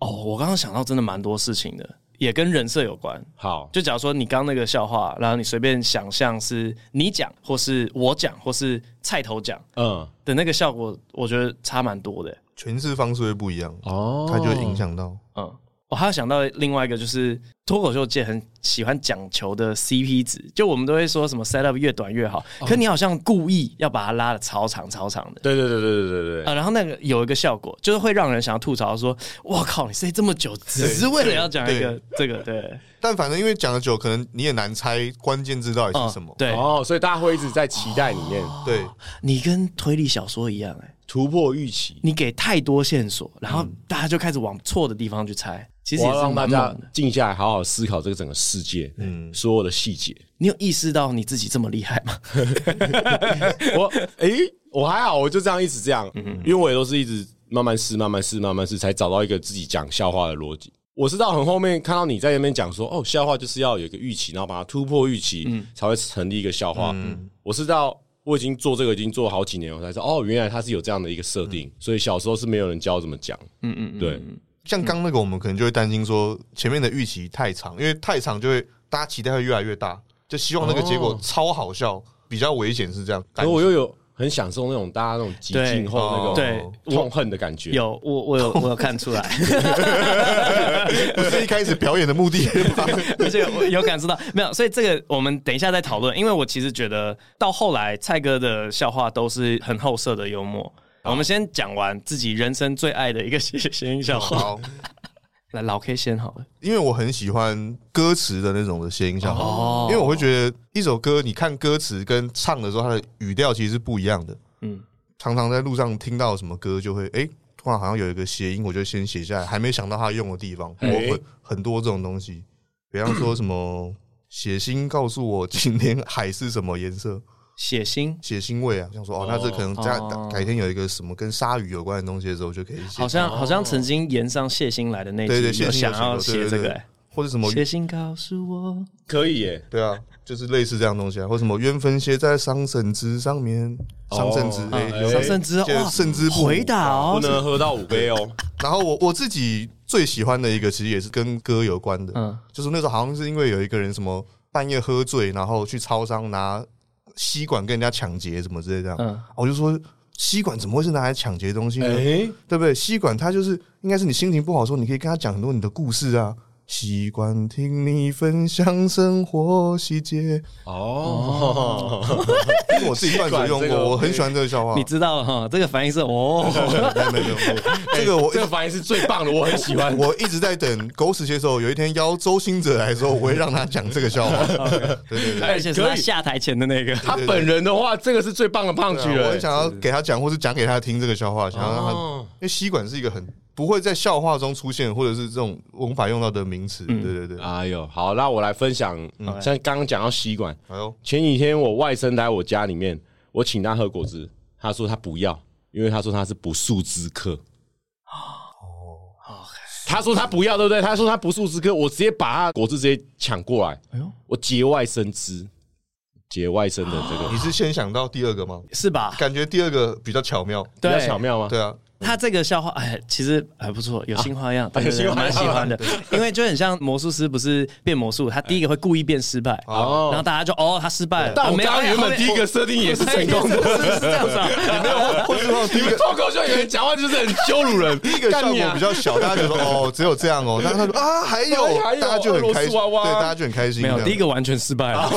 S1: 哦，我刚刚想到真的蛮多事情的，也跟人设有关。
S2: 好，
S1: 就假如说你刚那个笑话，然后你随便想象是你讲，或是我讲，或是菜头讲
S2: 嗯，
S1: 的那个效果，我觉得差蛮多的、
S3: 诠释方式会不一样，
S2: 哦
S3: 它就会影响到。
S1: 嗯，我还有想到另外一个，就是脱口秀界很喜欢讲求的 CP 值，就我们都会说什么 set up 越短越好，
S3: 哦
S1: 可你好像故意要把它拉的超长超长的。
S2: 对对对对对对对，
S1: 啊，然后那个有一个效果，就是会让人想要吐槽说：“我靠，你塞这么久，只是为了要讲一个这个，对，
S3: 但反正因为讲的久，可能你也难猜关键字到底
S1: 嗯
S3: 是什么。
S1: 对，
S2: 哦，所以大家会一直在期待里面
S3: 对，
S1: 你跟推理小说一样、哎，
S2: 突破预期，
S1: 你给太多线索，然后大家就开始往错的地方去猜，其实
S2: 嗯我
S1: 也
S2: 要
S1: 是
S2: 让大
S1: 蛮
S2: 家
S1: 猛的。
S2: 静下来，好好思考这个整个世界，嗯，所有的细节。
S1: 你有意识到你自己这么厉
S2: <laughs>
S1: 害吗？
S2: 我诶，我还好，我就这样一直这样，因为我也都是一直慢慢试、慢慢试、慢慢试，才找到一个自己讲笑话的逻辑。我是到很后面看到你在那边讲说，哦，笑话就是要有一个预期，然后把它突破预期，才会成立一个笑话。我是到我已经做这个已经做好几年，我才说，哦，原来它是有这样的一个设定，所以小时候是没有人教怎么讲。嗯嗯，对，
S3: 像刚那个，我们可能就会担心说前面的预期太长，因为太长就会大家期待会越来越大，就希望那个结果
S2: 哦
S3: 超好笑，比较危险是这样。
S2: 可我又有很享受那种大家那种激进后那
S3: 哦
S2: 种
S1: 对
S2: 痛恨的感觉。
S1: 有，我我有我有看出来。
S3: <laughs> 不是一开始表演的目的吧？
S1: 而且 <laughs> 我有感受到，没有，所以这个我们等一下再讨论，因为我其实觉得到后来蔡哥的笑话都是很后设的幽默。我们先讲完自己人生最爱的一个谐谐音笑话，
S3: 好，
S1: <laughs> 来老 K 先好了。
S3: 因为我很喜欢歌词的那种的谐音笑话，
S1: 哦
S3: 因为我会觉得一首歌，你看歌词跟唱的时候，它的语调其实是不一样的。
S1: 嗯
S3: 嗯，常常在路上听到什么歌，就会哎、诶突然好像有一个谐音，我就先写下来，还没想到它用的地方。我
S2: 哎
S3: 很很多这种东西，比方说什么写信告诉我今天海是什么颜色，
S1: 血腥
S3: 写腥味啊，想说哦，那这可能在
S1: 哦
S3: 改天有一个什么跟鲨鱼有关的东西的时候，就可以写
S1: 好。像好像曾经延上谢欣来的那
S3: 对对
S1: 集，
S3: 谢
S1: 有
S3: 欣
S1: 想
S3: 有写
S1: 要
S3: 过对
S1: 写
S3: 对
S1: 这
S3: 对
S1: 个欸
S3: 或者什么
S1: 写信告诉我，
S2: 可以耶，
S3: 对啊，就是类似这样东西啊，或什么冤分写在上圣枝上面，上圣枝
S2: 哦
S3: 哎，
S2: 哎
S3: 有
S1: 上圣之
S3: 就
S1: 哇，
S3: 圣之不武
S1: 回答哦，
S2: 不能喝到五 <laughs> 杯哦。
S3: 然后我我自己最喜欢的一个，其实也是跟歌有关的，
S1: 嗯
S3: 就是那时候好像是因为有一个人什么半夜喝醉，然后去超商拿吸管跟人家抢劫什么之类这样，啊
S1: 嗯
S3: 我就说吸管怎么会是拿来抢劫的东西呢？
S2: 哎，
S3: 对不对？吸管它就是应该是你心情不好的时候，你可以跟他讲很多你的故事啊。习惯听你分享生活细节，
S2: 哦，
S3: 因为我自己断手用
S2: 习惯这个 <laughs>
S3: 过，我很喜欢这个笑话。
S1: 你知道了哈，这个反应是哦，
S3: <laughs> 没有没
S2: <laughs>
S3: 有没有，这个我
S2: 哎这个反应是最棒的，我很喜欢。
S3: 我一直在等狗屎写手有一天邀周星哲来的时候，我会让他讲这个
S2: <laughs>
S3: 笑话。对对对。
S2: 哎
S1: 而且是他
S2: 可以
S1: 下台前的那个，
S2: 他本人的话，这个是最棒的胖
S3: 对
S2: 曲
S3: 啊我很想
S2: 了。
S3: 要给他讲，或是讲给他听这个笑话，想要让他，
S2: 哦
S3: 因为吸管是一个很不会在笑话中出现，或者是这种文法用到的名词。对对对，
S2: 哎呦，好，那我来分享，
S3: 嗯
S2: 像刚刚讲到吸管，
S3: 哎呦，
S2: 前几天我外甥来我家里面，我请他喝果汁，他
S3: 哦
S2: 说他不要，因为他说他是不速之客。他说他不要，对不对？他说他不速之客，我直接把他果汁直接抢过来，
S1: 哎呦，
S2: 我节外生枝，节外生的这个
S3: 你是先想到第二个吗？
S1: 是吧？
S3: 感觉第二个比较巧妙。
S2: 比较
S1: 对
S2: 巧妙吗？
S3: 对啊，
S1: 他这个笑话，哎，其实还不错，有新花样，对对对
S2: 啊有新花样
S1: 蛮喜欢的。因为就很像魔术师，不是变魔术，他第一个会故意变失败，
S2: 哦
S1: 然后大家就哦，他失败了。
S2: 但
S1: 啊
S2: 我
S1: 没
S2: 刚
S1: 有
S2: 刚
S1: 哎
S2: 原
S1: 后
S2: 本
S1: 面
S2: 第一个设定也是成功的。
S1: 是是这样子啊。
S3: 或者说第
S2: 你
S3: 一
S2: 们
S3: 个
S2: 脱口秀演员讲话就是很羞辱人，
S3: <laughs> 第一个效
S2: 干你
S3: 果
S2: 啊哎
S3: 比较小，大家就说哦，只有这样哦。但是他说啊，还有，
S2: 还有
S3: 大家就很开
S2: 俄罗
S3: 心，
S2: 斯娃娃
S3: 对，大家就很开心
S1: 没
S3: 这样。
S1: 有，第一个完全失败了。
S2: 啊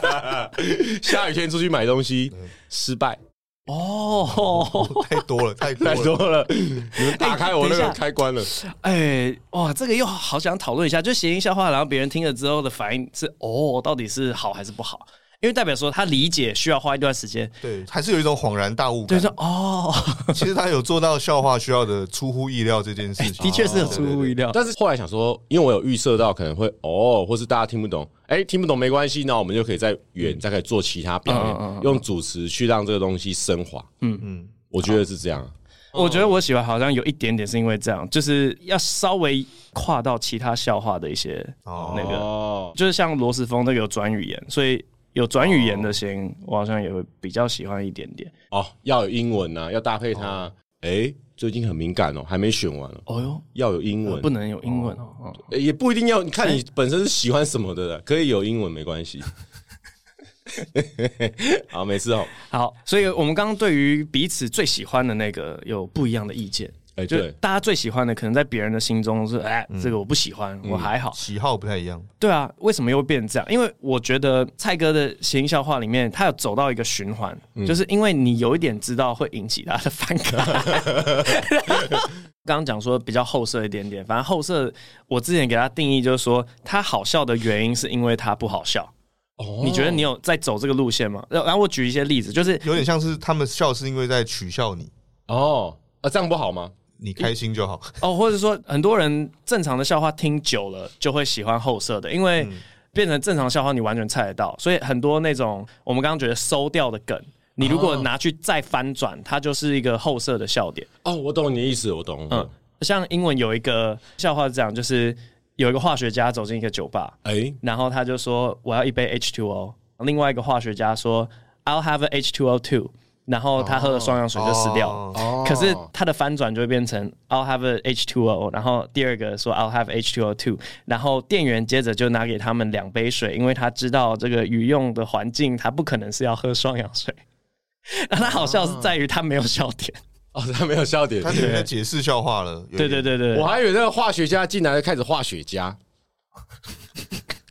S2: <laughs> 下雨天出去买东西
S3: 嗯
S2: 失败
S1: 哦，
S3: <laughs> 太多了，太多
S2: 太
S3: 了。
S2: 多了，你
S3: 嗯
S2: 们打开我那个开关了，
S1: 哎，哇，这个又好想讨论一下，就谐音笑话，然后别人听了之后的反应是哦，到底是好还是不好？因为代表说他理解需要花一段时间，
S3: 对，还是有一种恍然大悟
S1: 对，
S3: 感。
S1: 说
S3: <laughs>
S1: 哦，
S3: 其实他有做到笑话需要的出乎意料这件事 <laughs> 情，
S1: 的确是有
S3: 对
S1: 出乎意。料。
S2: 但是后来想说，因为我有预设到可能会哦，或是大家听不懂，哎、听不懂没关系，那我们就可以再
S3: 嗯
S2: 远，再可以做其他表演，
S1: 嗯嗯嗯嗯
S2: 用主持去让这个东西升华。嗯嗯，我觉得是这样。
S1: 我觉得我喜欢好像有一点点是因为这样，就是要稍微跨到其他笑话的一些
S3: 哦
S1: 那个，
S2: 哦，
S1: 就是像罗斯峰那个有转语言，所以有转语言的谐音，我好像也会比较喜欢一点点。
S2: 哦，要有英文啊，要搭配它。哎、
S3: 哦
S2: 最近很敏感哦，还没选完哦，
S1: 哦哟，
S2: 要有英文，
S1: 不能有英文哦。
S2: 呃也不一定要。你看你本身是喜欢什么的，可以有英文没关系。好，没事哦。
S1: 好，所以我们刚刚对于彼此最喜欢的那个有不一样的意见。
S2: 哎、
S1: 就
S2: 对，
S1: 大家最喜欢的，可能在别人的心中是，哎，这个我不喜欢，我还好。
S3: 喜好不太一样，
S1: 对啊，为什么又会变成这样？因为我觉得蔡哥的谐音笑话里面，他有走到一个循环，就是因为你有一点知道会引起他的反感。刚刚讲说比较后设一点点，反正后设我之前给他定义就是说，他好笑的原因是因为他不好笑。
S2: 哦
S1: 你觉得你有在走这个路线吗？然后然后我举一些例子，就是
S3: 有点像是他们笑是因为在取笑你，
S2: 哦啊，这样不好吗？
S3: 你开心就好。
S1: <laughs> 哦，或者说很多人正常的笑话听久了就会喜欢后设的，因为变成正常笑话你完全猜得到，所以很多那种我们刚刚觉得收掉的梗，你如果拿去再翻转，它就是一个后设的笑点。
S2: 哦，我懂你的意思，我懂。
S1: 嗯
S2: 嗯，，
S1: 像英文有一个笑话是这样，就是有一个化学家走进一个酒吧，
S2: 哎、
S1: 然后他就说我要一杯 H2O，另外一个化学家说 I'll have a H2O too，然后他喝了双氧水就死掉了。
S3: 哦
S2: 哦
S1: 可是它的翻转就会变成 I'll have a H2O，然后第二个说 I'll have H2O two，然后店员接着就拿给他们两杯水，因为他知道这个语用的环境，他不可能是要喝双氧水。让他好笑是在于他没有笑点，
S2: 哦，他没有笑点
S3: 他。里面在解释笑话了，有
S1: 对
S3: 点
S1: 对，对对
S2: 我，还以为那个化学家进来就开始化雪茄。 <laughs>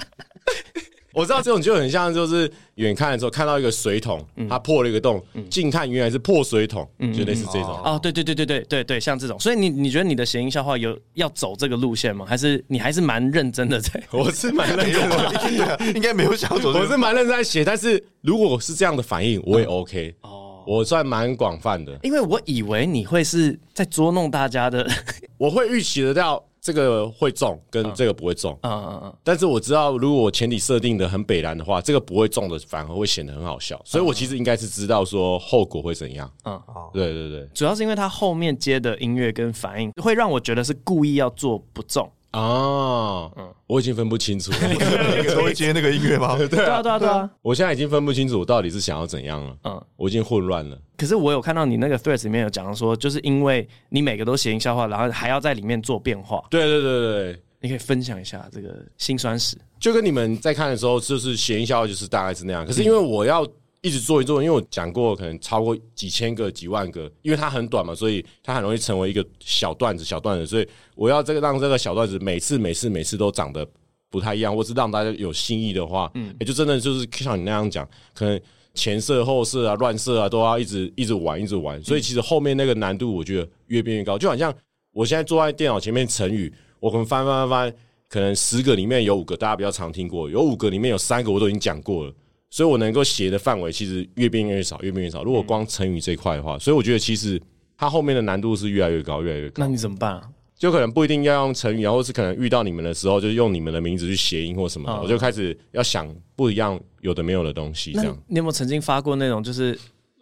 S2: 我知道这种就很像，就是远看的时候看到一个水桶，它破了一个洞，近看原来是破水桶，就类似这种。
S1: 哦，对对对对对对对，像这种，所以你你觉得你的谐音笑话有要走这个路线吗？还是你还是蛮认真的在？
S2: 我是蛮认
S3: 没有
S2: 真的，
S3: 啊对啊，应该没有想走这
S2: 我
S3: 个。
S2: 是蛮认真在写，但是如果是这样的反应，
S1: 嗯
S2: 我也 OK。哦，我算蛮广泛的，
S1: 因为我以为你会是在捉弄大家的，
S2: 我会预期得到这个会中跟这个不会中。
S1: 嗯嗯嗯，
S2: 但是我知道，如果我前提设定的很北蓝的话，这个不会中的反而会显得很好笑，所以我其实应该是知道说后果会怎样。
S1: 嗯
S2: 嗯，对对对，
S1: 主要是因为他后面接的音乐跟反应，会让我觉得是故意要做不中。
S2: 哦，
S1: 嗯
S2: 我已经分不清楚了，
S1: <laughs>
S3: 那个都会接那个音乐吗？
S1: 对啊，对啊，对啊。
S2: 我现在已经分不清楚我到底是想要怎样了。
S1: 嗯
S2: 嗯，我已经混乱了。
S1: 可是我有看到你那个 threads 里面有讲到说，就是因为你每个都谐音笑话，然后还要在里面做变化，
S2: 对对对对，
S1: 你可以分享一下这个辛酸史。
S2: 就跟你们在看的时候，就是谐音笑话就是大概是那样。可是因为我要一直做一做，因为我讲过可能超过几千个、几万个，因为它很短嘛，所以它很容易成为一个小段子、小段子。所以我要这个让这个小段子每次、每次、每次都长得不太一样，或是让大家有新意的话，嗯，也就真的就是像你那样讲，可能。前设、后设啊，乱设啊，都要一直一直玩，一直玩。所以其实后面那个难度，我觉得越变越高。就好像我现在坐在电脑前面，成语我可能翻翻翻翻，可能十个里面有五个大家比较常听过，有五个里面有三个我都已经讲过了，所以我能够写的范围其实越变越少，越变越少。如果光成语这一块的话，所以我觉得其实它后面的难度是越来越高，越来越高。
S1: 那你怎么办、啊？
S2: 就可能不一定要用成语啊，或是可能遇到你们的时候，就用你们的名字去谐音或什么的，我就开始要想不一样有的没有的东西，这
S1: 那
S2: 样
S1: 你有没有曾经发过那种就是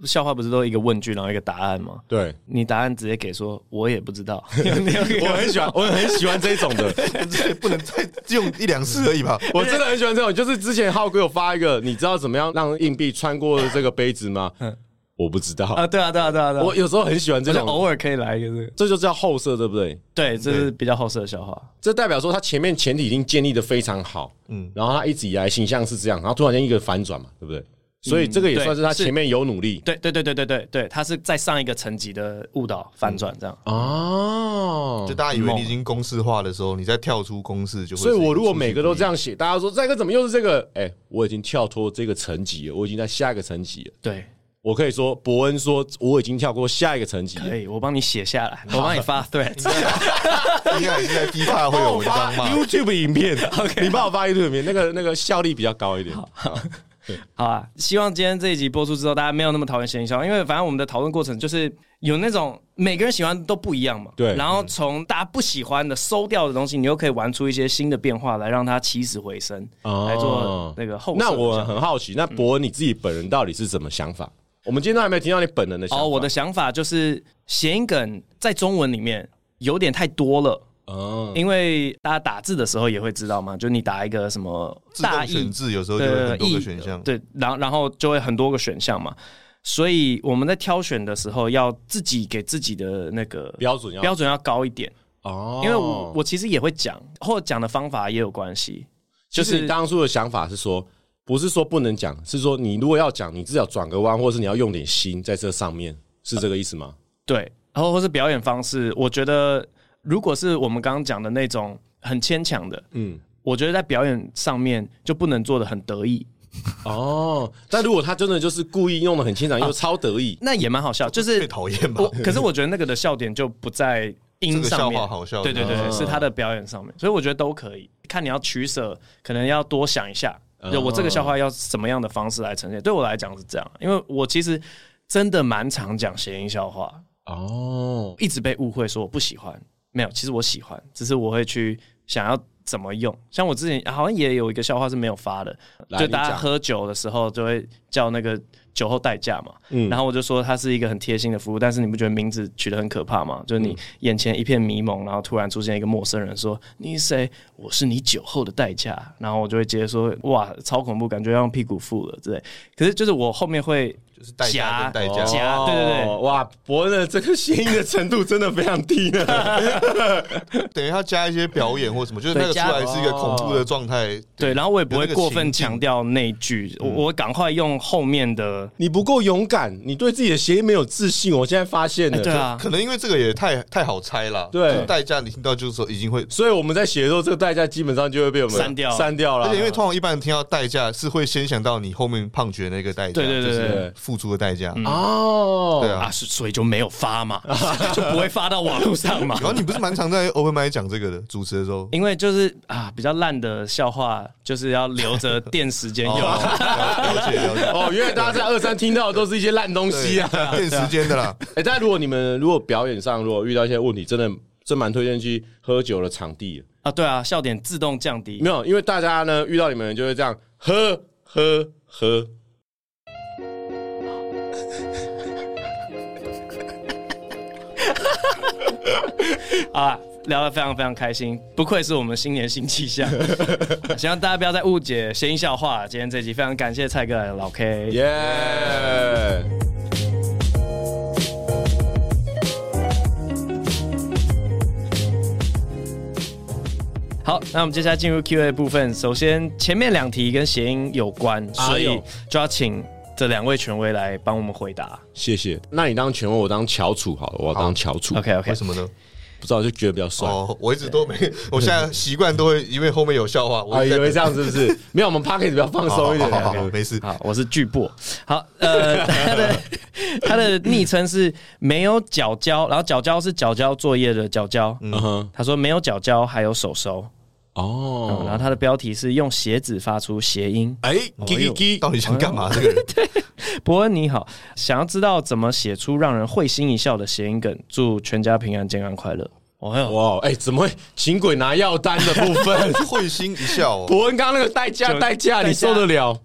S1: 笑话不是都一个问句，然后一个答案吗？
S2: 对，
S1: 你答案直接给说我也不知 <laughs> 道，我
S2: 我很喜欢， <laughs> 我很喜欢这种 <laughs> 的，
S3: 这不能再用一两次而已吧？
S2: 我真的很喜欢这种。就是之前浩哥有发一个，你知道怎么样让硬币穿过这个杯子吗？我不知道。
S1: 啊，对啊，对啊，对啊，对啊，
S2: 嗯我有哦时候很喜欢这
S1: 就
S2: 种，
S1: 偶尔可以来一个这个，
S2: 这就叫后设，对不对？
S1: 对，这是比较好色的笑话。
S2: 这代表说他前面前提已经建立的非常好，嗯，然后他一直以来形象是这样，然后突然间一个反转嘛，对不嗯对？所以这个也
S1: 对
S2: 算是他
S1: 是
S2: 前面有努力
S1: 对对对对对对对，他是在上一个层级的误导反转这样。
S2: 啊哦
S3: 就。大家以为你已经公式化的时候，你再跳出公式就会是
S2: 所以
S3: 一个出其不意。
S2: 我如果每个都这样写，大家说这个怎么又是这个？哎、我已经跳脱这个层级了，我已经在下一个层级了。
S1: 对，
S2: 我可以说，伯恩说我已经跳过下一个层
S1: <laughs>
S2: 级了。
S1: 可以，我帮你写下来，我帮你 <laughs> 发。对，
S3: 应 <laughs> 该还是在 D 卡会有文章嘛？
S2: YouTube 影片，
S1: <laughs>
S2: 你帮我发 YouTube 影片，那个那个效率比较高一点。
S1: 好啊，希望今天这一集播出之后，大家没有那么讨厌谐音笑，因为反正我们的讨论过程就是有那种每个人喜欢都不一样嘛。
S2: 对
S1: 然后从大家不喜欢的收掉的东西，你又可以玩出一些新的变化来，让它起死回生，
S2: 哦
S1: 来做那个后设的
S2: 那
S1: 效果。
S2: 我很好奇，
S1: 嗯
S2: 那伯恩你自己本人到底是怎么想法？我们今天都还没有听到你本人的想法。
S1: 哦，我的想法就是谐音梗在中文里面有点太多了。
S3: 嗯
S2: 哦，
S1: 因为大家打字的时候也会知道嘛，就你打一个什么
S3: 自
S1: 大
S3: 动
S1: 意
S3: 选字有时候就会
S1: 的
S3: 很多
S1: 意
S3: 个选项。
S1: 对，然后然后就会很多个选项嘛，所以我们在挑选的时候要自己给自己的那个
S2: 标准要
S1: 标准要高一点，
S2: 哦，
S1: 因为我我其实也会讲，或讲的方法也有关系，
S2: 就
S1: 就是
S2: 你
S1: 是
S2: 当初的想法是说，不是说不能讲，是说你如果要讲，你至少转个弯，或是你要用点心在这上面，是这个意思吗？
S1: 对，然后或是表演方式，我觉得如果是我们刚刚讲的那种很牵强的，
S2: 嗯，
S1: 我觉得在表演上面就不能做的很得意，
S2: 哦， <laughs> 但如果他真的就是故意用的很牵强，又超得意，
S1: 那也蛮好笑，就
S3: 被
S1: 是
S3: 讨厌吧
S1: 我，？可是我觉得那个的笑点就不在音
S3: 这个
S1: 上
S3: 笑
S1: 面
S3: 话，好笑
S1: 对对对，
S2: 嗯
S1: 对是他的表演上面，所以我觉得都可以，看你要取舍，可能要多想一下，
S2: 嗯
S1: 就我这个笑话要什么样的方式来呈现。对我来讲是这样，因为我其实真的蛮常讲谐音笑话，
S2: 哦，
S1: 一直被误会说我不喜欢，没有，其实我喜欢，只是我会去想要。怎么用？像我之前好像也有一个笑话是没有发的，
S2: 来
S1: 就
S2: 你
S1: 大家
S2: 讲
S1: 喝酒的时候就会叫那个酒后代驾嘛，
S2: 嗯
S1: 然后我就说它是一个很贴心的服务，但是你不觉得名字取得很可怕吗？就是你眼前一片迷蒙，然后突然出现一个陌生人说你是谁？我是你酒后的代驾，然后我就会直接说哇，超恐怖，感觉要用屁股付了之类。可是就是我后面会
S3: 就是代价跟代
S1: 夹
S3: 价
S1: 夹。对对对
S2: 哦哇，伯恩的这个谐音的程度真的非常
S1: <laughs>
S2: 低呢。
S3: 哦等于他加一些表演或什么，就是那个
S1: 对
S3: 出
S1: 加
S3: 来是一个恐怖的状态。
S1: 对，然后我也不
S3: 有
S1: 会
S3: 那个
S1: 过
S3: 情
S1: 分
S3: 境嗯
S1: 强调那一句，我我赶快用后面的。
S2: 你不够勇敢，你对自己的谐音没有自信，我现在发现
S1: 哎，
S2: 了。
S1: 对啊，
S3: 可能因为这个也太太好猜了，
S2: 对
S3: 就是代价你听到就是说已经会，
S2: 所以我们在写的时候，这个代价基本上就会被我们
S1: 删掉
S2: 删掉了。
S3: 而且因为通常一般人听到代价是会先想到你后面胖橘的那个代价，
S1: 对对对
S3: 就是
S2: 对嗯
S3: 付出的代价，
S2: 哦，
S3: 对
S1: 啊，
S3: 啊。
S1: 是所以就没有发
S3: <laughs>
S1: 嘛，就不会发到网络上嘛。
S3: 然后你不是蛮常在 open m i 讲这个的，主持的
S2: <laughs>
S3: 时候，
S1: 因为就是啊，比较烂的笑话，就是要留着垫时间用。
S3: <laughs> 哦了解了解，
S2: 哦，因为大家在二三听到的 <laughs> 都是一些烂东西啊。
S3: 对，练时间
S2: <laughs>
S3: 的啦，
S2: 哎、但如果你们如果表演上如果遇到一些问题，真的真蛮推荐去喝酒的场地的。
S1: 啊，对啊，笑点自动降低
S2: 没。有，因为大家呢遇到你们就会这样喝喝喝。
S1: 啊，聊得非常非常开心，不愧是我们新年新气象。
S3: <laughs>
S1: 希望大家不要再误解谐音笑话。今天这集非常感谢蔡哥老 K，
S2: 耶、
S1: 好，那我们接下来进入 Q&A 部分。首先，前面两题跟谐音啊有关，所
S2: 哎
S1: 以
S2: 呦
S1: 就要请这两位权威来帮我们回答。
S2: 谢谢。那你当权威，我当翘楚好了，我当翘楚。
S1: OK OK，
S3: 为什么呢？
S2: 不知道就觉得比较帅。
S3: 哦，我一直都没，我现在习惯都会，因为后面有笑话，我
S2: 啊，
S3: 一
S2: 以
S3: 直在
S2: 为这样是不
S3: <laughs>
S2: 是？没有，我们 p a c k e t 比较放松一点。
S3: 好好好好没事。
S1: 好，我是巨擘。好，呃，他的 <laughs> 他的昵称是没有脚胶，然后脚胶是脚胶作业的脚胶。
S2: 嗯哼，
S1: 他说没有脚胶，还有手手。嗯然
S2: 哦，
S1: 后他的标题是用鞋子发出谐音。
S2: 哎，
S3: 哦
S2: 叽叽叽，
S3: 到底想干嘛？这个人，
S1: 伯恩你好，想要知道怎么写出让人会心一笑的谐音梗？祝全家平安、健康、快乐。哦哟，
S2: 哇，哎，怎么会请鬼拿药单的
S3: <laughs>
S2: 部分？
S3: 会心一笑哦，
S2: 伯恩刚刚那个代价，
S1: 就
S2: 代价
S3: <laughs>
S1: 代价
S2: 你受得了？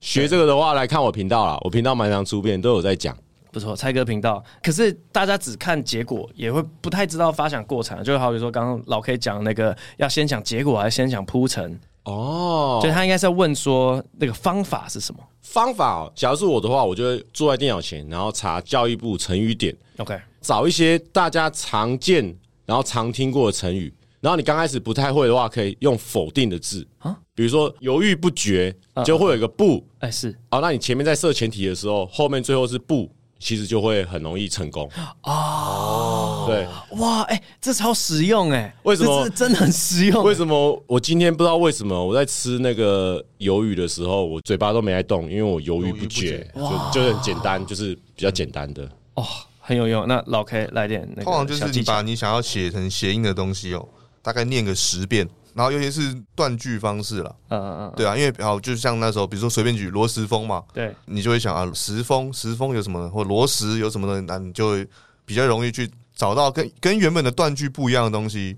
S2: 学这个的话，来看我频道啦，我频道蛮常出片，都有在讲。
S1: 不错，猜歌频道。可是大家只看结果，也会不太知道发想过程。就好比说，刚刚老 K 讲那个，要先讲结果还是先讲铺陈？
S2: 哦
S1: 所以他应该是要问说，那个方法是什么
S2: 方法哦，假如是我的话，我就会坐在电脑前，然后查教育部成语典，
S1: ？OK，
S2: 找一些大家常见然后常听过的成语。然后你刚开始不太会的话，可以用否定的字
S1: 啊
S2: 比如说犹豫不决，就会有一个不。
S1: 哎、是
S2: 哦，那你前面在设前提的时候，后面最后是不，其实就会很容易成功。哦，对，
S1: 哇，哎、这超实用哎、
S2: 为什么
S1: 这真的很实用、
S2: 为什么我今天不知道为什么我在吃那个鱿鱼的时候，我嘴巴都没在动，因为我犹豫不决，就就很简单，就是比较简单的。
S1: 哦，很有用。那老 K 来点那
S3: 通常
S1: 个
S3: 就
S1: 小
S3: 是
S1: 技
S3: 你
S1: 巧。
S3: 把你想要写成谐音的东西哦，大概念个十遍，然后尤其是断句方式啦，
S1: 嗯嗯嗯，
S3: 对啊，因为好就像那时候，比如说随便举罗时峰嘛，
S1: 对，
S3: 你就会想啊，时峰时峰有什么，或罗时有什么的，那你就会比较容易去找到跟跟原本的断句不一样的东西，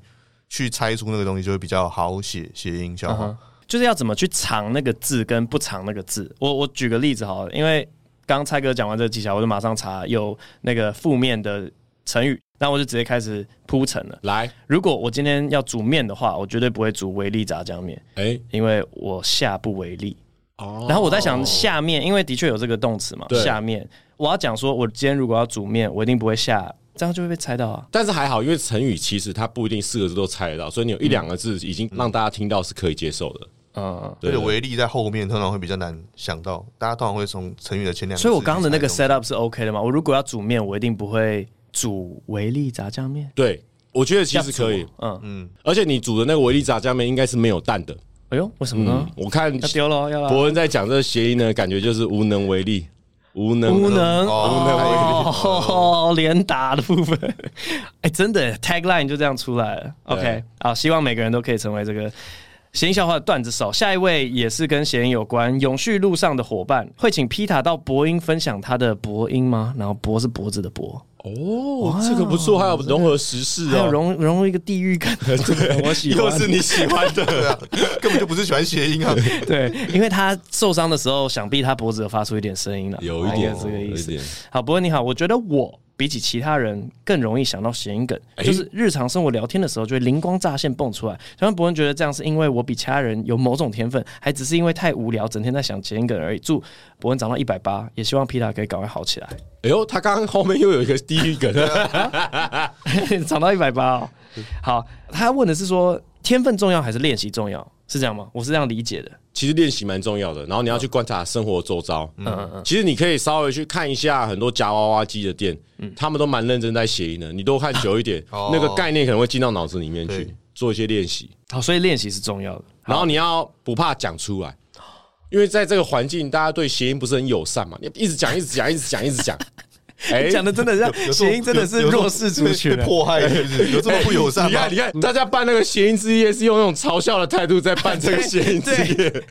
S3: 去猜出那个东西就会比较好写谐音笑
S1: 嗯
S3: 话。
S1: 哼，就是要怎么去藏那个字跟不藏那个字。我我举个例子好了，因为刚刚蔡哥讲完这个技巧，我就马上查有那个负面的成语，那我就直接开始铺陈了。
S2: 来，
S1: 如果我今天要煮面的话，我绝对不会煮维力炸酱面，
S2: 哎、
S1: 因为我下不为力。
S2: 哦
S1: 然后我在想下面，因为的确有这个动词嘛，
S2: 对
S1: 下面我要讲说，我今天如果要煮面，我一定不会下，这样就会被猜到啊。
S2: 但是还好，因为成语其实它不一定四个字都猜得到，所以你有一两个字已经让大家听到是可以接受的。
S1: 嗯，
S3: 而
S2: 对
S3: 且为例在后面通常会比较难想到，大家通常会从成语的前两个字去猜
S1: 所
S3: 东西。
S1: 以我刚刚的那个 set up 是 OK 的嘛？我如果要煮面，我一定不会煮维力炸酱面。
S2: 对，我觉得其实可以
S1: 要煮，啊，嗯，
S2: 而且你煮的那个维力炸酱面应该是没有蛋的。
S1: 哎呦，为什么呢？
S2: 我看
S1: 要丢啊了，要了，
S2: 伯恩在讲这个谐音呢，感觉就是无能为力，无能
S1: 无能
S3: 哦
S1: 哦，连打的部分，哎，真的 tagline 就这样出来了。OK，
S2: 对
S1: 好，希望每个人都可以成为这个谐音笑话的段子手。下一位也是跟谐音有关，永续路上的伙伴会请 Pita 到博音分享他的博音吗？然后博是脖子的博，
S2: 哦，这个不错，还有融合时事
S1: 还有
S2: 哦，
S1: 融融入一个地域感，我喜欢
S2: <laughs> 又。是你喜欢的。
S3: 对啊，根本就不是喜欢谐音啊。
S1: 对，因为他受伤的时候，想必他脖子有发出一点声音了，
S2: 有一
S1: 大概
S2: 点
S1: 哎这个意
S2: 有一
S1: 思
S2: 点。
S1: 好，博文你好，我觉得我比起其他人更容易想到谐音梗，
S2: 诶
S1: 就是日常生活聊天的时候就会灵光乍现蹦出来。想问博文觉得这样是因为我比其他人有某种天分，还只是因为太无聊，整天在想谐音梗而已。祝博文长到一百八，也希望皮塔可以赶快好起来， <laughs>
S2: 哎呦，他刚刚后面又有一个地狱梗，
S1: 长到一百八哦。好，他问的是说天分重要还是练习重要？是这样吗？我是这样理解的。
S2: 其实练习蛮重要的，然后你要去观察生活周遭。
S1: 嗯嗯，
S2: 其实你可以稍微去看一下很多夹娃娃机的店，他们都蛮认真在谐音的。你多看久一点，
S3: 嗯 <laughs> 哦
S2: 那个概念可能会进到脑子里面去
S3: 对，
S2: 做一些练习。
S1: 好，所以练习是重要的。
S2: 然后你要不怕讲出来，因为在这个环境，大家对谐音不是很友善嘛，你一直讲，一直讲，一直讲，一
S3: <laughs>
S2: 直讲。哎
S1: 讲的真的
S3: 有
S1: 像
S3: 时候
S1: 谐音，真的是
S3: 有有时候
S1: 弱势族群
S3: 被
S1: 啊。
S3: 迫害，是不是？有这么不友善
S2: 你
S3: 吗
S2: 看，？哎你看，大家办那个谐音之夜是用那种嘲笑的态度在办这个谐音之夜。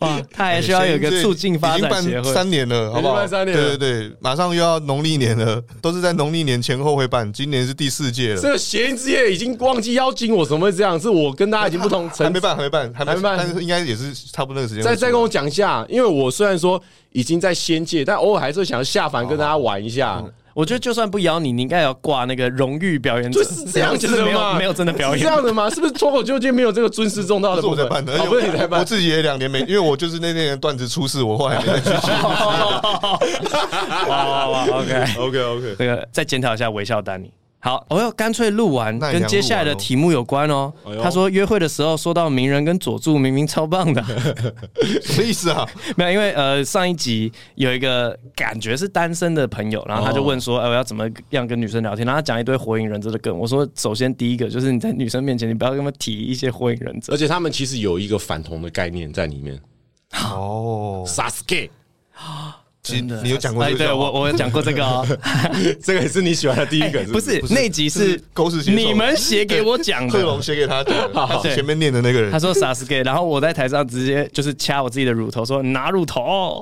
S1: 哇，他还需要有一个促进发展
S3: 已
S1: 协会
S3: 经办。三年了，好不
S2: 已经
S3: 好？
S2: 办三年了
S3: 对对对，马上又要农历年了，都是在农历年前后会办，今年是第四届
S2: 这
S3: 了，
S2: 个谐音之夜已经忘记邀请我，怎么会这样？是我跟大家已经不同
S3: 还
S2: 层
S3: 没
S2: 次。
S3: 办，还没办，还
S2: 还没办
S3: 但是应该也是差不多那个时间会
S2: 再
S3: 出。
S2: 再跟我讲一下，因为我虽然说已经在仙界，但偶尔还是会想要下凡跟大家玩一下。
S3: 嗯
S1: 我觉得就算不邀你，你应该要挂那个荣誉表演者，
S2: 就是这样子
S1: 就
S2: 的嘛
S1: 是没有没有真的表
S2: 是
S1: 演
S2: 这。样的吗？是不是脱口秀界没有这个尊师重道
S3: 不
S2: 的
S3: 是
S2: 部
S3: <laughs> 我在
S2: 分？
S3: 办的，
S2: 哦不是你在办
S3: 我，自己也两年没，因为我就是那天的段子出事，我后来没再去写。
S1: 哇哇哇，OK，
S2: OK OK，
S1: 这个再检讨一下微笑丹尼。好，我要干脆录完，
S3: 那你
S1: 跟接下来的题目有关哦
S2: 哎。呦
S1: 他说约会的时候说到名人跟佐助，明明超棒的，
S3: 什么意思啊？
S1: 没有，因为呃上一集有一个感觉是单身的朋友，然后他就问说，哎、我要怎么样跟女生聊天？然后他讲一堆火影忍者的梗。我说，首先第一个就是你在女生面前，你不要跟他们提一些火影忍者。
S2: 而且他们其实有一个反同的概念在里面。
S3: 哦，
S2: Sasuke，
S3: <laughs> 其实你有讲过
S1: 哎
S3: 这个
S1: 对
S3: 笑话
S1: 我我有讲过这个哦，
S2: 这个也是你喜欢的第一个，
S1: 不是那集是
S3: 是狗屎写手
S1: 你们写给我讲
S3: 贺
S1: 的。
S3: 龙写给他的，他
S1: 对
S3: 是前面念的那个人
S1: 他。说 Sasuke，然后我在台上直接就是掐我自己的乳头，说拿乳 <laughs> 头，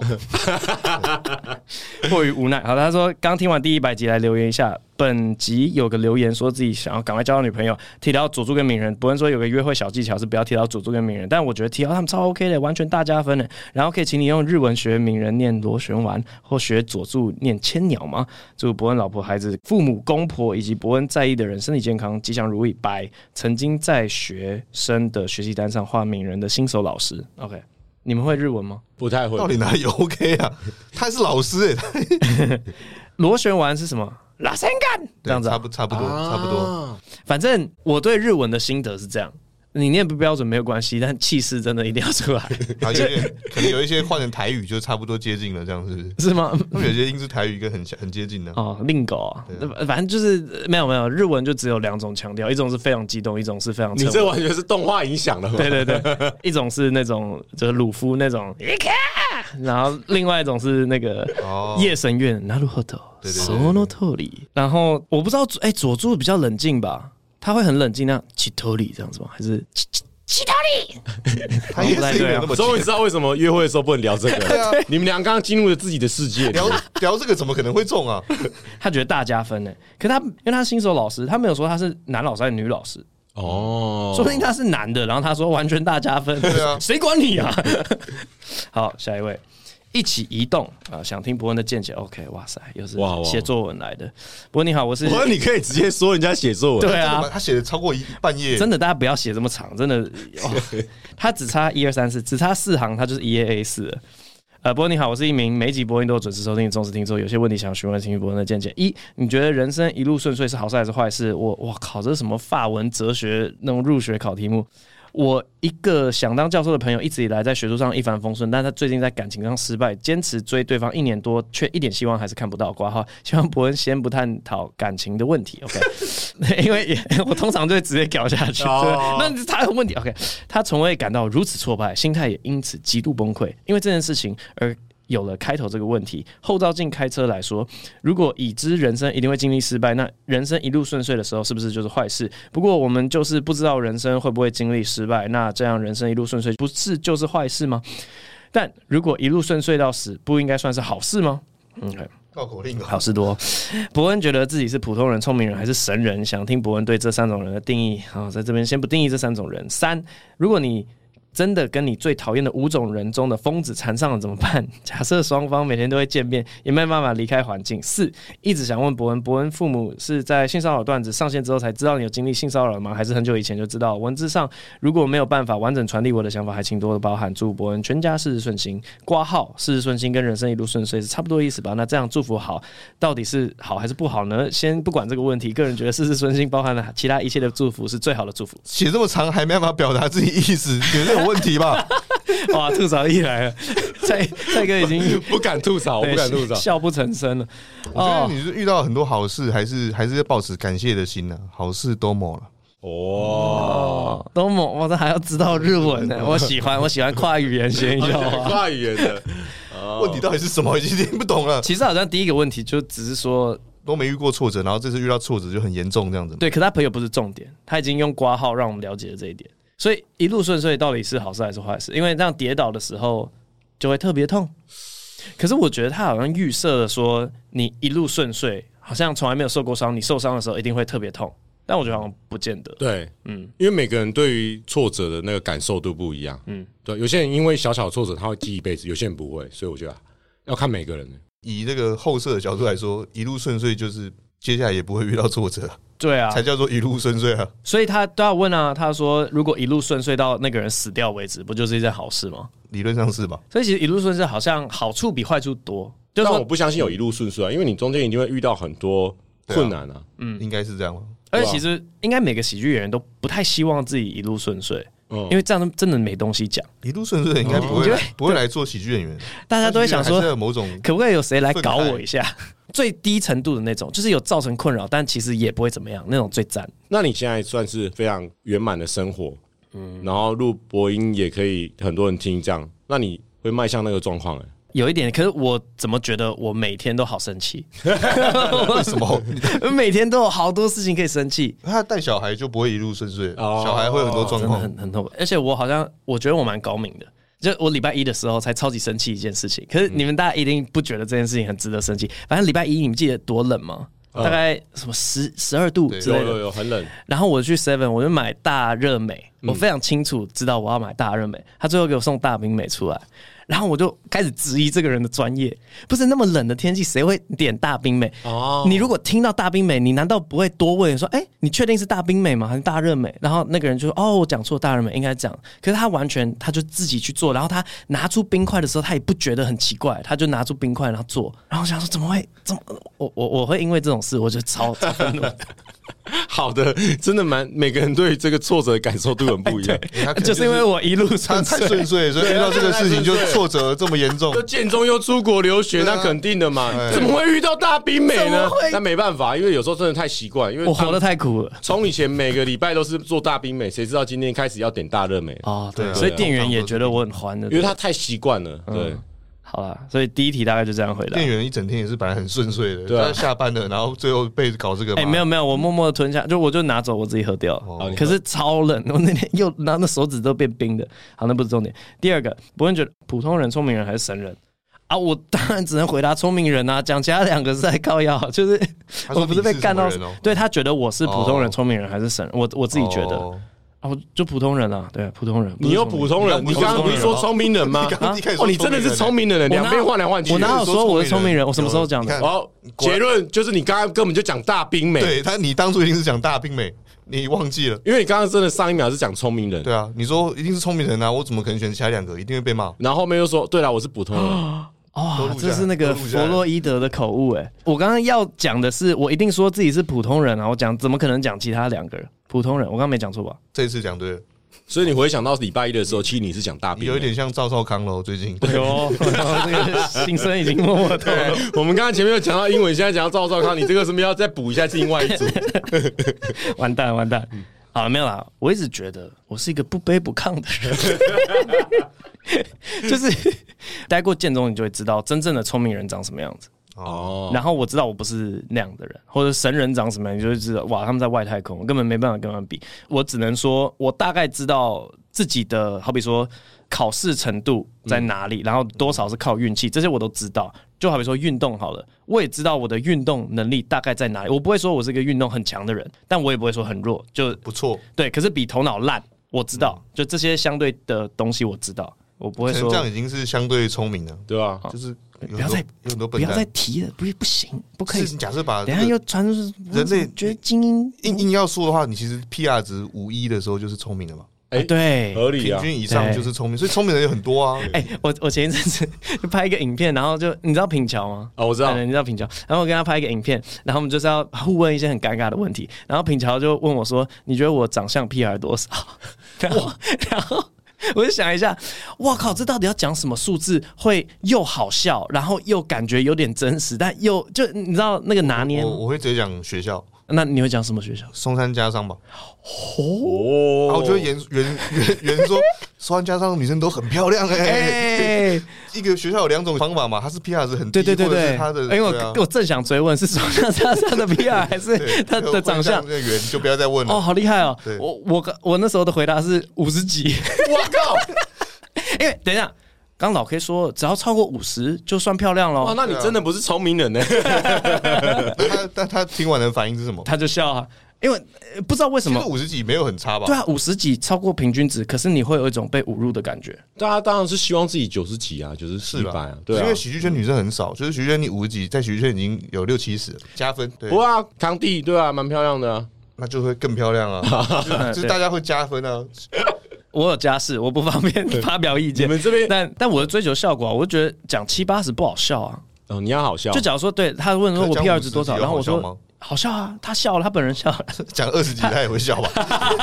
S1: 迫于无奈。好，他说刚听完第一百集来留言一下，本集有个留言说自己想要赶快交到女朋友，提到佐助跟鸣人，不论说有个约会小技巧是不要提到佐助跟鸣人，但我觉得提到他们超 OK 的，完全大加分的。然后可以请你用日文学鸣人念螺旋丸，或学佐助念千鸟吗？祝伯恩老婆、孩子、父母、公婆以及伯恩在意的人身体健康，吉祥如意。拜，曾经在学生的学习单上画鸣人的新手老师。OK，你们会日文吗？
S2: 不太会
S3: 到。底哪里 OK 啊？他是老师哎、欸，
S1: 螺旋丸是什么？拉伸感这样子、啊
S3: 差，不差不多、差不多。
S2: 啊
S1: 反正我对日文的心得是这样，你念不标准没有关系，但气势真的一定要出
S3: <laughs>
S1: 来，
S3: 好，有点可能有一些换成台语就差不多接近了，这样是不
S1: <laughs>
S3: 是？
S1: 是吗？
S3: 他们有些音是台语跟很像很接近的、
S1: 哦，令狗啊，反正就是没有没有，日文就只有两种腔调，一种是非常激动，一种是非常
S2: 你
S1: 沉
S2: 这
S1: 稳。
S2: 完全是动画影响了吧？
S1: <laughs>
S2: <laughs>
S1: 对对
S3: <laughs>
S1: 对，一种是那种就是鲁夫那种，然后另外一种是那个
S3: 哦
S1: 夜神院那鲁后头，
S3: 对对对
S1: 索诺特里。然后我不知道，哎，佐助比较冷静吧？他会很冷静，那样奇托里这样子吗？还是
S3: 他也
S1: 不太
S3: 是
S1: 对啊
S3: 没有那么
S2: 终于知道为什么约会的时候不能聊这
S3: <laughs> 对啊
S2: 个。你们俩刚刚进入了自己的世界，
S3: 聊聊这个怎么可能会中啊？
S1: 他觉得大加分呢？欸可他因为他是新手老师，他没有说他是男老师还是女老师，
S2: 哦，
S1: 说不定他是男的，然后他说完全大加分，
S3: 对
S1: <laughs>
S3: 啊
S1: 谁管你啊？好，下一位，一起移动啊、想听伯恩的见解，OK，哇塞，又是
S2: 哇哇
S1: 写作文来的，伯恩你好，我是
S2: 我说你可以直接说人家写作文，
S1: 对啊，
S3: 他写的超过一半页，
S1: 真的，大家不要写这么长，真的，哦、他只差一二三四，只差四行，他就是一 A A 四了。呃，波恩你好，我是一名每一集播音都有准时收听的忠实听众，有些问题想询问，请听波恩的见解。一，你觉得人生一路顺遂是好事还是坏事？我我靠，这是什么法文哲学那种入学考题目？我一个想当教授的朋友，一直以来在学术上一帆风顺，但他最近在感情上失败，坚持追对方一年多，却一点希望还是看不到。挂号，希望伯恩先不探讨感情的问题，OK？因为 <laughs> 也我通常就会直接搞下去。
S2: 哦
S1: 对那那他有问题，OK？他从未感到如此挫败，心态也因此极度崩溃，因为这件事情而。有了开头这个问题，后照镜开车来说，如果已知人生一定会经历失败，那人生一路顺遂的时候，是不是就是坏事？不过我们就是不知道人生会不会经历失败，那这样人生一路顺遂，不是就是坏事吗？但如果一路顺遂到死，不应该算是好事吗？嗯，
S3: 绕口令啊。
S1: 好事多。伯恩觉得自己是普通人、聪明人还是神人？想听伯恩对这三种人的定义啊、在这边先不定义这三种人。三，如果你真的跟你最讨厌的五种人中的疯子缠上了怎么办？ <laughs> 假设双方每天都会见面，也没办法离开环境。四，一直想问伯恩，伯恩父母是在性骚扰段子上线之后才知道你有经历性骚扰吗？还是很久以前就知道？文字上如果没有办法完整传递我的想法，还请多多包涵。祝伯恩全家事事顺心，挂号事事顺心跟人生一路顺遂是差不多意思吧？那这样祝福好，到底是好还是不好呢？先不管这个问题，个人觉得事事顺心包含了其他一切的祝福是最好的祝福。 <laughs>
S3: 写这么长还没办法表达自己意思，有这种问
S1: <laughs>
S3: 题吧？
S1: 哇，吐槽一来了， <laughs> 蔡蔡哥已经
S2: <laughs> 不敢吐槽，
S1: 对
S2: 不敢吐槽。
S1: 笑不成声了。哦
S3: 我觉得你是遇到很多好事，还是还是要保持感谢的心呢、啊好事多磨了，
S2: 哦，
S1: 哦，多么，我这还要知道日文呢，我喜欢，我喜欢跨语言学
S2: 而且
S1: 笑
S2: <laughs> 很
S1: 话。
S2: 跨语言的，
S3: 问题到底是什么已经听不懂了，
S1: 其实好像第一个问题就只是说，
S3: 都没遇过挫折，然后这次遇到挫折就很严重这样子。
S1: 对，可他朋友不是重点，他已经用挂号让我们了解了这一点，所以一路顺遂到底是好事还是坏事？因为这样跌倒的时候就会特别痛。可是我觉得他好像预设了说，你一路顺遂，好像从来没有受过伤，你受伤的时候一定会特别痛，但我觉得好像不见得。
S2: 对，
S1: 嗯
S2: 嗯，因为每个人对于挫折的那个感受度不一样，嗯，对，有些人因为小小的挫折他会记一辈子，有些人不会，所以我觉得啊要看每个人。
S3: 以这个后设的角度来说，一路顺遂就是接下来也不会遇到挫折，
S1: 对啊，
S3: 才叫做一路顺遂啊。
S1: 所以他都要问啊，他说如果一路顺遂到那个人死掉为止，不就是一件好事吗？
S3: 理论上是吧？
S1: 所以其实一路顺遂好像好处比坏处多，就是
S2: 但我
S1: 说，
S2: 不相信有一路顺遂啊，因为你中间一定会遇到很多困难啊，
S3: 嗯，应该是这样吧。
S1: 而且其实应该每个喜剧演员都不太希望自己一路顺遂，
S2: 嗯
S1: 因为这样真的没东西讲，
S3: 一路顺遂的应该不
S1: 你
S3: 会
S1: 觉
S3: 来、
S1: 得
S3: 不会来做喜剧演员，
S1: 大家都会想
S3: 还是要
S1: 说，
S3: 有某种
S1: 可不可以有谁来搞我一下？最低程度的那种，就是有造成困扰，但其实也不会怎么样，那种最赞。
S2: 那你现在算是非常圆满的生活，嗯，然后录播音也可以很多人听，这样，那你会迈向那个状况哎。
S1: 有一点，可是我怎么觉得我每天都好生气？
S3: <laughs> 为什么？
S1: 我 <laughs> 每天都有好多事情可以生气，
S3: 他带小孩就不会一路顺遂，
S2: 哦
S3: 小孩会有很多状
S1: 真的
S3: 况。
S1: 很很痛苦。而且我好像我觉得我蛮高明的，就我礼拜一的时候才超级生气一件事情。可是你们大家一定不觉得这件事情很值得生气。反正礼拜一你们记得多冷吗？大概什么十十二度
S3: 对
S1: 之
S2: 有
S1: 类
S2: 有
S1: 的。
S2: 有很冷，
S1: 然后我去 Seven，我就买大热美，我非常清楚知道我要买大热美，他最后给我送大冰美出来，然后我就开始质疑这个人的专业，不是那么冷的天气谁会点大冰美？
S2: 哦
S1: 你如果听到大冰美，你难道不会多问说，哎、你确定是大冰美吗？还是大热美？然后那个人就说，哦，我讲错，大热美应该讲。可是他完全他就自己去做，然后他拿出冰块的时候，他也不觉得很奇怪，他就拿出冰块然后做。然后我想说，怎么会？怎么？我我我会因为这种事，我就超超愤怒。
S2: <laughs> 好的，真的蛮每个人对这个挫折的感受都很 <laughs> 不一样。
S1: <laughs>
S3: 他可能
S1: 就是因为我一路
S3: 他
S1: 上
S3: 太顺遂，所以遇到这个事情就挫折这么严重
S2: 就。建中又出国留学，
S3: 对啊
S2: 那肯定的嘛
S3: 哎，
S2: 怎么会遇到大冰美
S1: 怎么
S2: 呢
S1: 会？
S2: 那没办法，因为有时候真的太习惯，因为
S1: <laughs> 我活得
S2: 他
S1: 太苦了。
S2: 从以前每个礼拜都是做大冰美，谁知道今天开始要点大热美，
S1: 哦，对，
S3: 对啊
S1: 所以店员也觉得我很欢的，
S2: 因为他太习惯了。
S3: 嗯
S2: 对，
S1: 好啦，所以第一题大概就这样回答
S3: 店。员一整天也是本来很顺遂的，
S2: 对啊
S3: 他下班了，然后最后被搞这个嘛。哦
S1: 哎、没有没有，我默默的吞下，就我就拿走，我自己喝掉。
S2: 你
S1: 可是超冷，我那天又拿那手指都变冰的。好，那不是重点。第二个，伯恩觉得普通人、聪明人还是神人啊？我当然只能回答聪明人啊，讲其他两个是在靠药，就是
S3: 他说
S1: 我不是被干到
S3: 你是什么人哦，
S1: 对他觉得我是普通人、
S3: 哦
S1: 聪明人还是神人，我我自己觉得、
S3: 哦
S1: 啊，我就普通人啊，对啊，普通人。
S2: 你又普通人，
S3: 你
S2: 你
S3: 刚
S2: 刚
S3: 刚
S2: 刚不是说聪明人吗
S3: 你？刚刚一开始说
S2: 哦，你真的是聪明人，
S1: 我哪
S2: 两边换来换去
S1: 我。哪有说我是聪明人？我什么时候讲
S3: 你看
S1: 的？
S2: 哦，结论就是你刚刚根本就讲大冰美，
S3: 对他，你当初一定是讲大病美，你忘记
S1: 嗯
S3: 了。
S2: 因为你刚刚真的上一秒是讲聪明人，
S3: 对啊，你说一定是聪明人啊，我怎么可能选其他两个？一定会被骂。
S2: 然后后面又说，对了，我是普通
S1: 啊
S2: 人，
S1: 哇、
S3: 都录下
S1: 哦这是那个
S3: 都录下
S1: 弗
S3: 来
S1: 洛伊德的口误哎、我刚刚要讲的是，我一定说自己是普通人啊，我讲怎么可能讲其他两个人？普通人，我刚刚没讲错吧？
S3: 这一次讲对了，
S2: 所以你回想到礼拜一的时候，其实你是讲大
S3: 你
S2: 冰
S3: 有一
S2: 美。
S3: 点像赵少康喽，最近。
S1: 哎呦， <laughs> 这个心声已经默默
S3: <laughs>
S1: 透露。
S2: <laughs> 我们刚刚前面有讲到英文，现在讲到赵少康，你这个是不是要再补一下另外一组？
S1: 完蛋完蛋。
S3: 嗯
S1: 好了，没有啦，我一直觉得我是一个不卑不亢的人，
S3: <laughs>
S1: 就是 <laughs> 待过建中，你就会知道真正的聪明人长什么样子。
S2: 哦，
S1: 然后我知道我不是那样的人，或者神人长什么样，你就会知道哇，他们在外太空，我根本没办法跟他们比。我只能说，我大概知道自己的，好比说考试程度在哪里，然后多少是靠运气，这些我都知道。就好比说运动好了，我也知道我的运动能力大概在哪里。我不会说我是一个运动很强的人，但我也不会说很弱，就
S3: 不错，
S1: 对。可是比头脑烂，我知道，就这些相对的东西我知道，我不会
S3: 可能
S1: 说哦
S3: 这样已经是相对聪明了，
S2: 对啊吧？
S3: 就是有
S1: 不要
S3: 很多
S1: 再
S3: 有很多
S1: 不
S3: 笨
S1: 要再
S3: 蛋。
S1: 提了，不是不行，不可以
S3: 是。假设把
S1: 等一下
S3: 啊这个
S1: 又传出
S3: 人类
S1: 觉得精英
S3: 硬硬要说的话，你其实 PR 值五一的时候就是聪明的嘛，
S2: 哎
S1: 哦对，
S2: 合理
S3: 平
S2: 啊。
S3: 均以上就是聪明，所以聪明的人有很多啊。
S1: 哎、我我前一阵子 <laughs> 就拍一个影片，然后就你知道品乔吗？
S2: 哦，我知道
S1: 哎，你知道品乔，然后我跟他拍一个影片，然后我们就是要互问一些很尴尬的问题，然后品乔就问我说：“你觉得我长相 PR 多少？” <laughs> 然后，然后我就想一下，哇靠，这到底要讲什么数字会又好笑，然后又感觉有点真实，但又就你知道那个拿捏
S3: 我
S1: 吗？
S3: 我会直接讲学校
S1: 那你会讲什么学校？
S3: 松山家商吧，
S2: 哦
S1: 哦
S3: 啊，我觉得原 <laughs> 原原原说松山家商的女生都很漂亮哎。
S1: 哎、
S3: 一个学校有两种方法嘛，它是 PR 值很低，
S1: 对对对
S3: 或者
S1: 对，哎
S3: 是他的
S1: 因为我、
S3: 对啊
S1: 我正想追问是
S3: <laughs>
S1: 说他他他的 PR 还是
S3: 对
S1: <laughs> 他的长相
S3: 会像。那个圆就不要再问
S1: 哦，
S3: 了。
S1: 好厉害哦
S3: 对！
S1: 我我刚我那时候的回答是五十
S3: <laughs>
S1: 几，
S2: 我靠，
S1: 因为等一下，刚老 K 说只要超过五十就算漂亮了，
S2: 哇，那你真的不是聪明 <laughs> 人呢？
S3: 但他但他听完的反应是什么？
S1: 他就笑啊，因为呃不知道为什
S3: 其实
S1: 么，
S3: 五十几没有很差吧？
S1: 对啊，五十几超过平均值，可是你会有一种被侮辱的感觉。
S2: 大啊家当然是希望自己九十几啊，九十四
S3: 是
S2: 百
S3: 吧？
S2: 啊，对
S3: 因为
S2: 啊。
S3: 喜剧圈女生很少，就是喜剧圈你五十几，在喜剧圈已经有六七十了加分，对
S2: 不，过啊，康帝对啊，蛮漂亮的啊。
S3: 那就会更
S2: <laughs>
S3: 漂亮啊，就是就是大家会加分啊。
S1: 嗯
S3: <laughs>
S1: 我有家室，我不方便发表意
S2: 你
S1: 见。
S2: 们这边
S1: 但但我的追求效果啊，我就觉得讲七八十不好笑啊。
S2: 哦，你要好笑
S1: 就，假如说，对他问说我
S3: 可是
S1: P
S3: 讲
S1: 二值多少，
S3: 50
S1: 然后我
S3: 有好笑吗
S1: 说好笑啊，他笑了，他本人笑 <laughs> 了。
S3: 讲二十几他也会
S2: <laughs>
S3: 笑吧？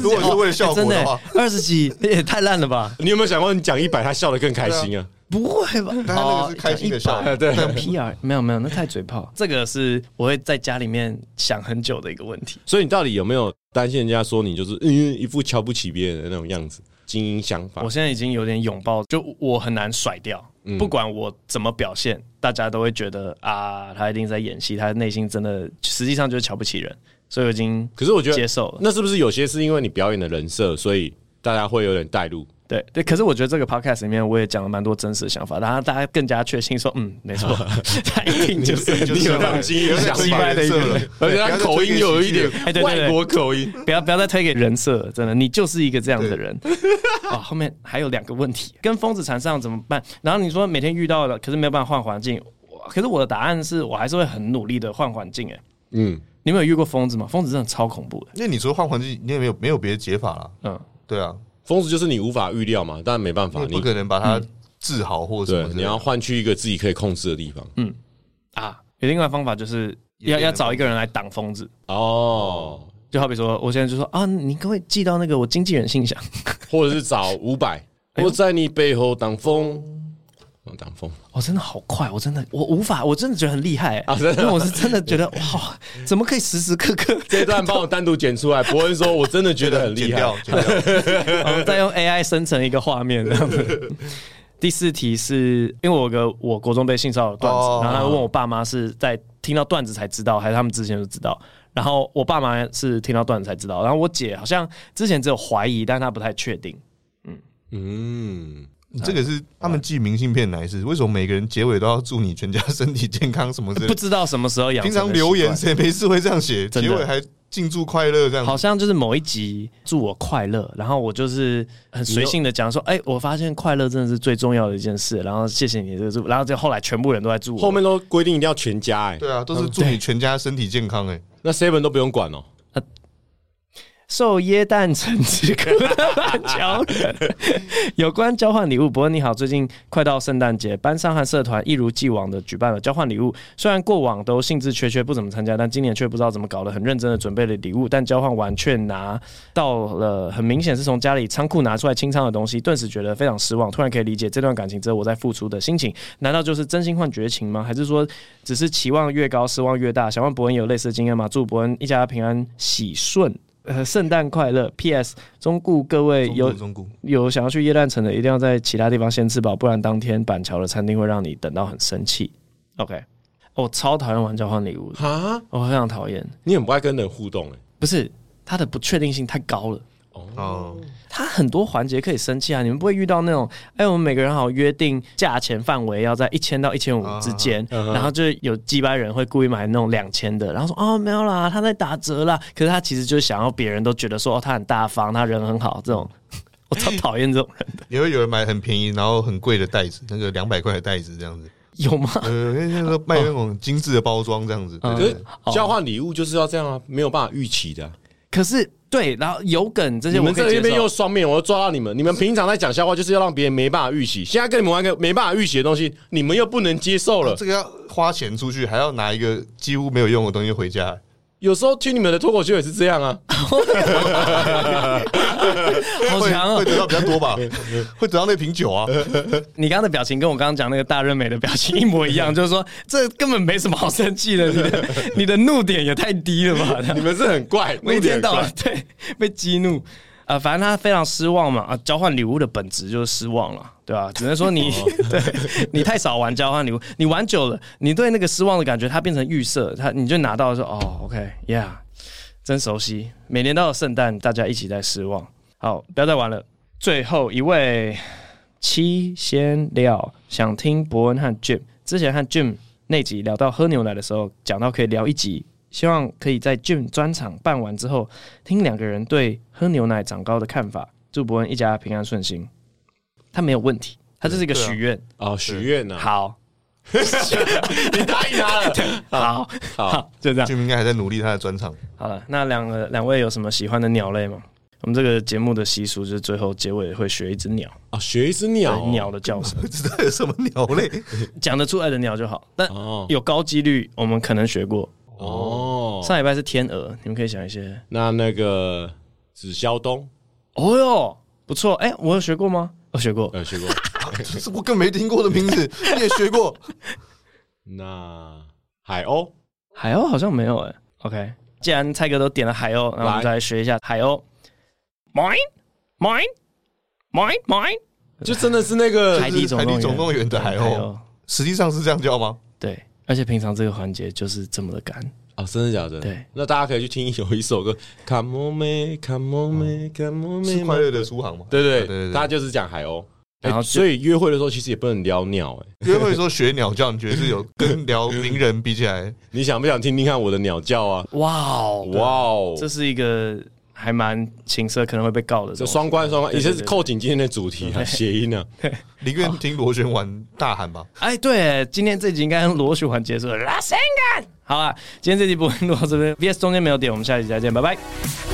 S3: 如果是为了
S1: 哦
S3: 效果
S1: 真
S3: 的
S1: 的
S3: 话，
S1: <laughs> 二十几也太烂了吧？
S2: 你有没有想过，你讲一百，他笑得更开心啊？
S1: 不会 <laughs> 吧？
S3: 但他那个是开心的笑，
S2: <laughs> 对
S3: 但
S1: PR 没有没有，那太嘴炮。 <laughs> 这个是我会在家里面想很久的一个问题。
S2: 所以你到底有没有担心人家说你就是嗯一副瞧不起别人的那种样子？精英想法
S1: 我，现在已经有点拥抱，就我很难甩掉，不管我怎么表现，大家都会觉得啊，他一定在演戏，他内心真的实际上就是瞧不起人，所以我已经
S2: 可是我觉得
S1: 接受了。
S2: 那是不是有些是因为你表演的人设，所以大家会有点带入？
S1: 对对，可是我觉得这个 podcast 里面我也讲了蛮多真实的想法，然后大家更加确信说，嗯，没错，他一定就是
S3: 就是
S1: 有
S3: 这样
S1: 让
S2: 基因有
S1: 想
S2: 想
S1: 击
S2: 法
S1: 败的一个人，
S2: 而且他口音又有一 <laughs> 点
S1: 哎对对对
S2: 外国口音，
S1: 不要不要再推给人设，真的，你就是一个这样的人。啊、后面还有两个问题，跟疯子缠上怎么办？然后你说每天遇到了，可是没有办法换环境。我可是我的答案是我还是会很努力的换环境。哎，
S2: 嗯，
S1: 你们有遇过疯子吗？疯子真的超恐怖的。
S3: 因为你除了换环境，你也没有没有别的解法了。
S1: 嗯，
S3: 对啊，
S2: 疯子就是你无法预料嘛，但没办法，
S3: 你
S2: 你
S3: 不可能把它治好或什
S2: 对
S3: 么，之
S2: 你
S3: 类
S2: 要
S3: 的。
S2: 换去一个自己可以控制的地方。
S1: 啊，有另外方法就是要
S3: 也是
S1: 要找一个人来挡疯子。
S2: 哦，
S1: 就好比说，我现在就说啊，你可不可以寄到那个我经纪人信箱？
S2: 或者是找五百，
S1: 哎
S2: 我在你背后挡风，哦挡风。
S1: 我、真的好快，我真的我无法，我真的觉得很厉害、欸
S2: 啊真的吗
S1: 因为我是真的觉得哇，怎么可以时时刻刻
S2: 这一段帮我单独剪出来，伯恩说我真的觉得很
S3: 剪
S2: 厉害。
S3: 掉，
S2: <laughs>
S3: 剪
S2: 啊
S3: 掉。
S1: 我
S3: <laughs>
S1: 们再用 AI 生成一个画面这样子。第四题是因为我有个我国中被性骚扰的段子
S3: 哦
S1: 然后他问我爸妈是在听到段子才知道，还是他们之前就知道。然后我爸妈是听到段子才知道，然后我姐好像之前只有怀疑，但她不太确定。
S2: 嗯，
S3: 你这个是他们寄明信片来是？为什么每个人结尾都要祝你全家身体健康什么之类
S2: <laughs>
S1: 不
S3: 的？
S1: 知道什么时候养成
S3: 平
S1: 的习
S3: 常
S1: 惯。
S3: 留言谁没事会这样写？
S1: 真的
S3: 结尾还敬祝快乐
S2: 嗯
S3: 这样
S1: 好
S3: 子。
S1: 像就是某一集祝我快乐，然后我就是很随性的讲说，哎、我发现快乐真的是最重要的一件事，然后谢谢你这个祝，然后就后来全部人都在祝我，
S2: 后面都规定一定要全家哎、
S3: 对啊，
S1: 嗯
S3: 都是祝你全家身体健康哎。
S2: 那 seven 都不用管哦、
S1: 受耶诞城之歌 <laughs> 乱交人。 <laughs> 有关交换礼物，伯恩你好，最近快到圣诞节，班上和社团一如既往的举办了交换礼物。虽然过往都兴致缺缺，不怎么参加，但今年却不知道怎么搞的，很认真的准备了礼物，但交换完却拿到了很明显是从家里仓库拿出来清仓的东西，顿时觉得非常失望。突然可以理解这段感情之后我在付出的心情，难道就是真心换绝情吗？还是说只是期望越高，失望越大？想问伯恩有类似的经验吗？祝伯恩一家平安喜顺。 <laughs> 呃，圣诞快乐！P.S. 中顾各位
S3: 中
S1: 有
S3: 顾中顾，
S1: 有想要去夜蛋城的，一定要在其他地方先吃饱，不然当天板桥的餐厅会让你等到很生气。OK，我哦超讨厌玩交换礼物的，
S2: 哈，
S1: 我非常讨厌。
S2: 你很不爱跟人互动哎、
S1: 不是它的不确定性太高了，
S3: 哦，
S1: 它很多环节可以生气啊。你们不会遇到那种，哎，我们每个人好约定价钱范围要在一千到一千五之间，然后就是有几百人会故意买那种两千的，然后说哦没有啦，他在打折啦。可是他其实就是想要别人都觉得说哦他很大方，他人很好这种。我超讨厌这种人，
S3: 也会有人买很便宜，然后很贵的袋子，那个两百块的袋子这样子。
S1: 有吗？
S3: 呃，那个卖那种精致的包装这样子。
S1: 嗯
S3: 对
S2: 可
S3: 对
S2: 是
S1: 哦
S2: 交换礼物就是要这样啊，没有办法预期的啊、
S1: 可是对，然后有梗这些
S2: 你
S1: 我
S2: 们
S1: 可
S2: 这
S1: 以
S2: 一
S1: 接
S2: 边
S1: 受
S2: 又。双面，我又抓到你们。你们平常在讲笑话，就是要让别人没办法预期。现在跟你们玩个没办法预期的东西，你们又不能接受
S1: 啊
S2: 了。
S3: 这个要花钱出去，还要拿一个几乎没有用的东西回家。
S2: 有时候听你们的脱口秀也是这
S1: <laughs>
S2: 样啊。
S1: 好
S3: 会
S1: 强哦
S3: 会得到比较多吧？ <laughs> 会得到那瓶酒啊？
S1: 你刚刚的表情跟我刚刚讲那个大热美的表情一模一样，就是说这根本没什么好生气的，你的你的怒点也太低了吧？
S2: 你们是很怪，
S1: 我一天到晚
S2: 怪。
S1: 对被激怒。啊、反正他非常失望嘛，啊，交换礼物的本质就是失望了，对吧、只能说你， <laughs> 对你太少玩交换礼物，你玩久了，你对那个失望的感觉，它变成预设，它你就拿到说，哦，OK，Yeah，、真熟悉。每年到了圣诞，大家一起在失望。好，不要再玩了。最后一位七先聊，想听伯恩和 Jim。之前和 Jim 那集聊到喝牛奶的时候，讲到可以聊一集，希望可以在 Jim 专场办完之后，听两个人对喝牛奶长高的看法。祝伯恩一家平安顺心。他没有问题，他这是一个
S3: 对啊
S1: 许愿。
S2: 哦，许愿
S1: <laughs>
S2: 呐，
S1: 好，
S2: 你答应他了。 <laughs>
S1: 好，
S2: 好，
S1: 就
S2: <laughs>
S1: 这样。
S3: 就应该还在努力他的专场。 <laughs>
S1: 好了，那两个两位有什么喜欢的鸟类吗？我们这个节目的习俗就是最后结尾会学一只鸟，
S2: 啊，学一只鸟
S1: 对
S2: 哦，
S1: 鸟的叫声，
S3: 不知道有什么鸟类，
S1: 讲得出来的鸟就好。但
S2: 哦
S1: 有高几率我们可能学过。
S2: 哦。
S1: 上礼拜是天鹅，你们可以想一些。
S2: 那那个紫霄东，
S1: 哦哟，不错，哎、我有学过吗？我学过。
S2: 呃，
S1: <laughs>
S2: 学过。
S3: 这是我更没听过的名字。你也学过？
S2: 那海鸥，
S1: 海鸥好像没有哎、OK，既然蔡哥都点了海鸥，那我们
S2: 来
S1: 再来学一下海鸥。Mine, mine, mine, mine。
S2: 就真的是那
S1: <laughs>
S2: 个
S1: 海底总
S3: 海
S1: 动员
S3: 底总动员的海
S1: 海
S3: 鸥，
S1: 鸥
S3: 实际上是这样叫吗？
S1: 对，而且平常这个环节就是这么的干。
S2: 啊，真的假的？
S1: 对，
S2: 那大家可以去听有一首歌《Come On Me》，Come On Me，Come On
S1: 哦
S2: Me，
S3: 是快乐的。苏航吗？
S2: 对对
S3: 啊对
S2: 对，
S3: 对
S2: 大家就是讲海鸥。哎
S1: 然后就
S2: 所以约会的时候其实也不能聊鸟。哎，
S3: <laughs> 约会说学鸟叫，你觉得是有跟聊名人比起来，
S2: 你想不想听听看我的鸟叫啊？
S1: 哇哦，
S2: 哇哦，
S1: 这是一个还蛮情色，可能会被告的东西。
S2: 这双关双关，
S1: 对
S2: 也
S1: 对
S2: 是扣紧今天的主题啊，谐音啊。
S3: 宁愿听螺旋丸大喊吧。
S1: 哎，对，今天这集应该螺旋环结束了，拉伸感。好啊，今天这集播到这边，VS 中间没有点，我们下集再见，拜
S4: 「
S1: 拜。
S4: 君の声が聞こえる」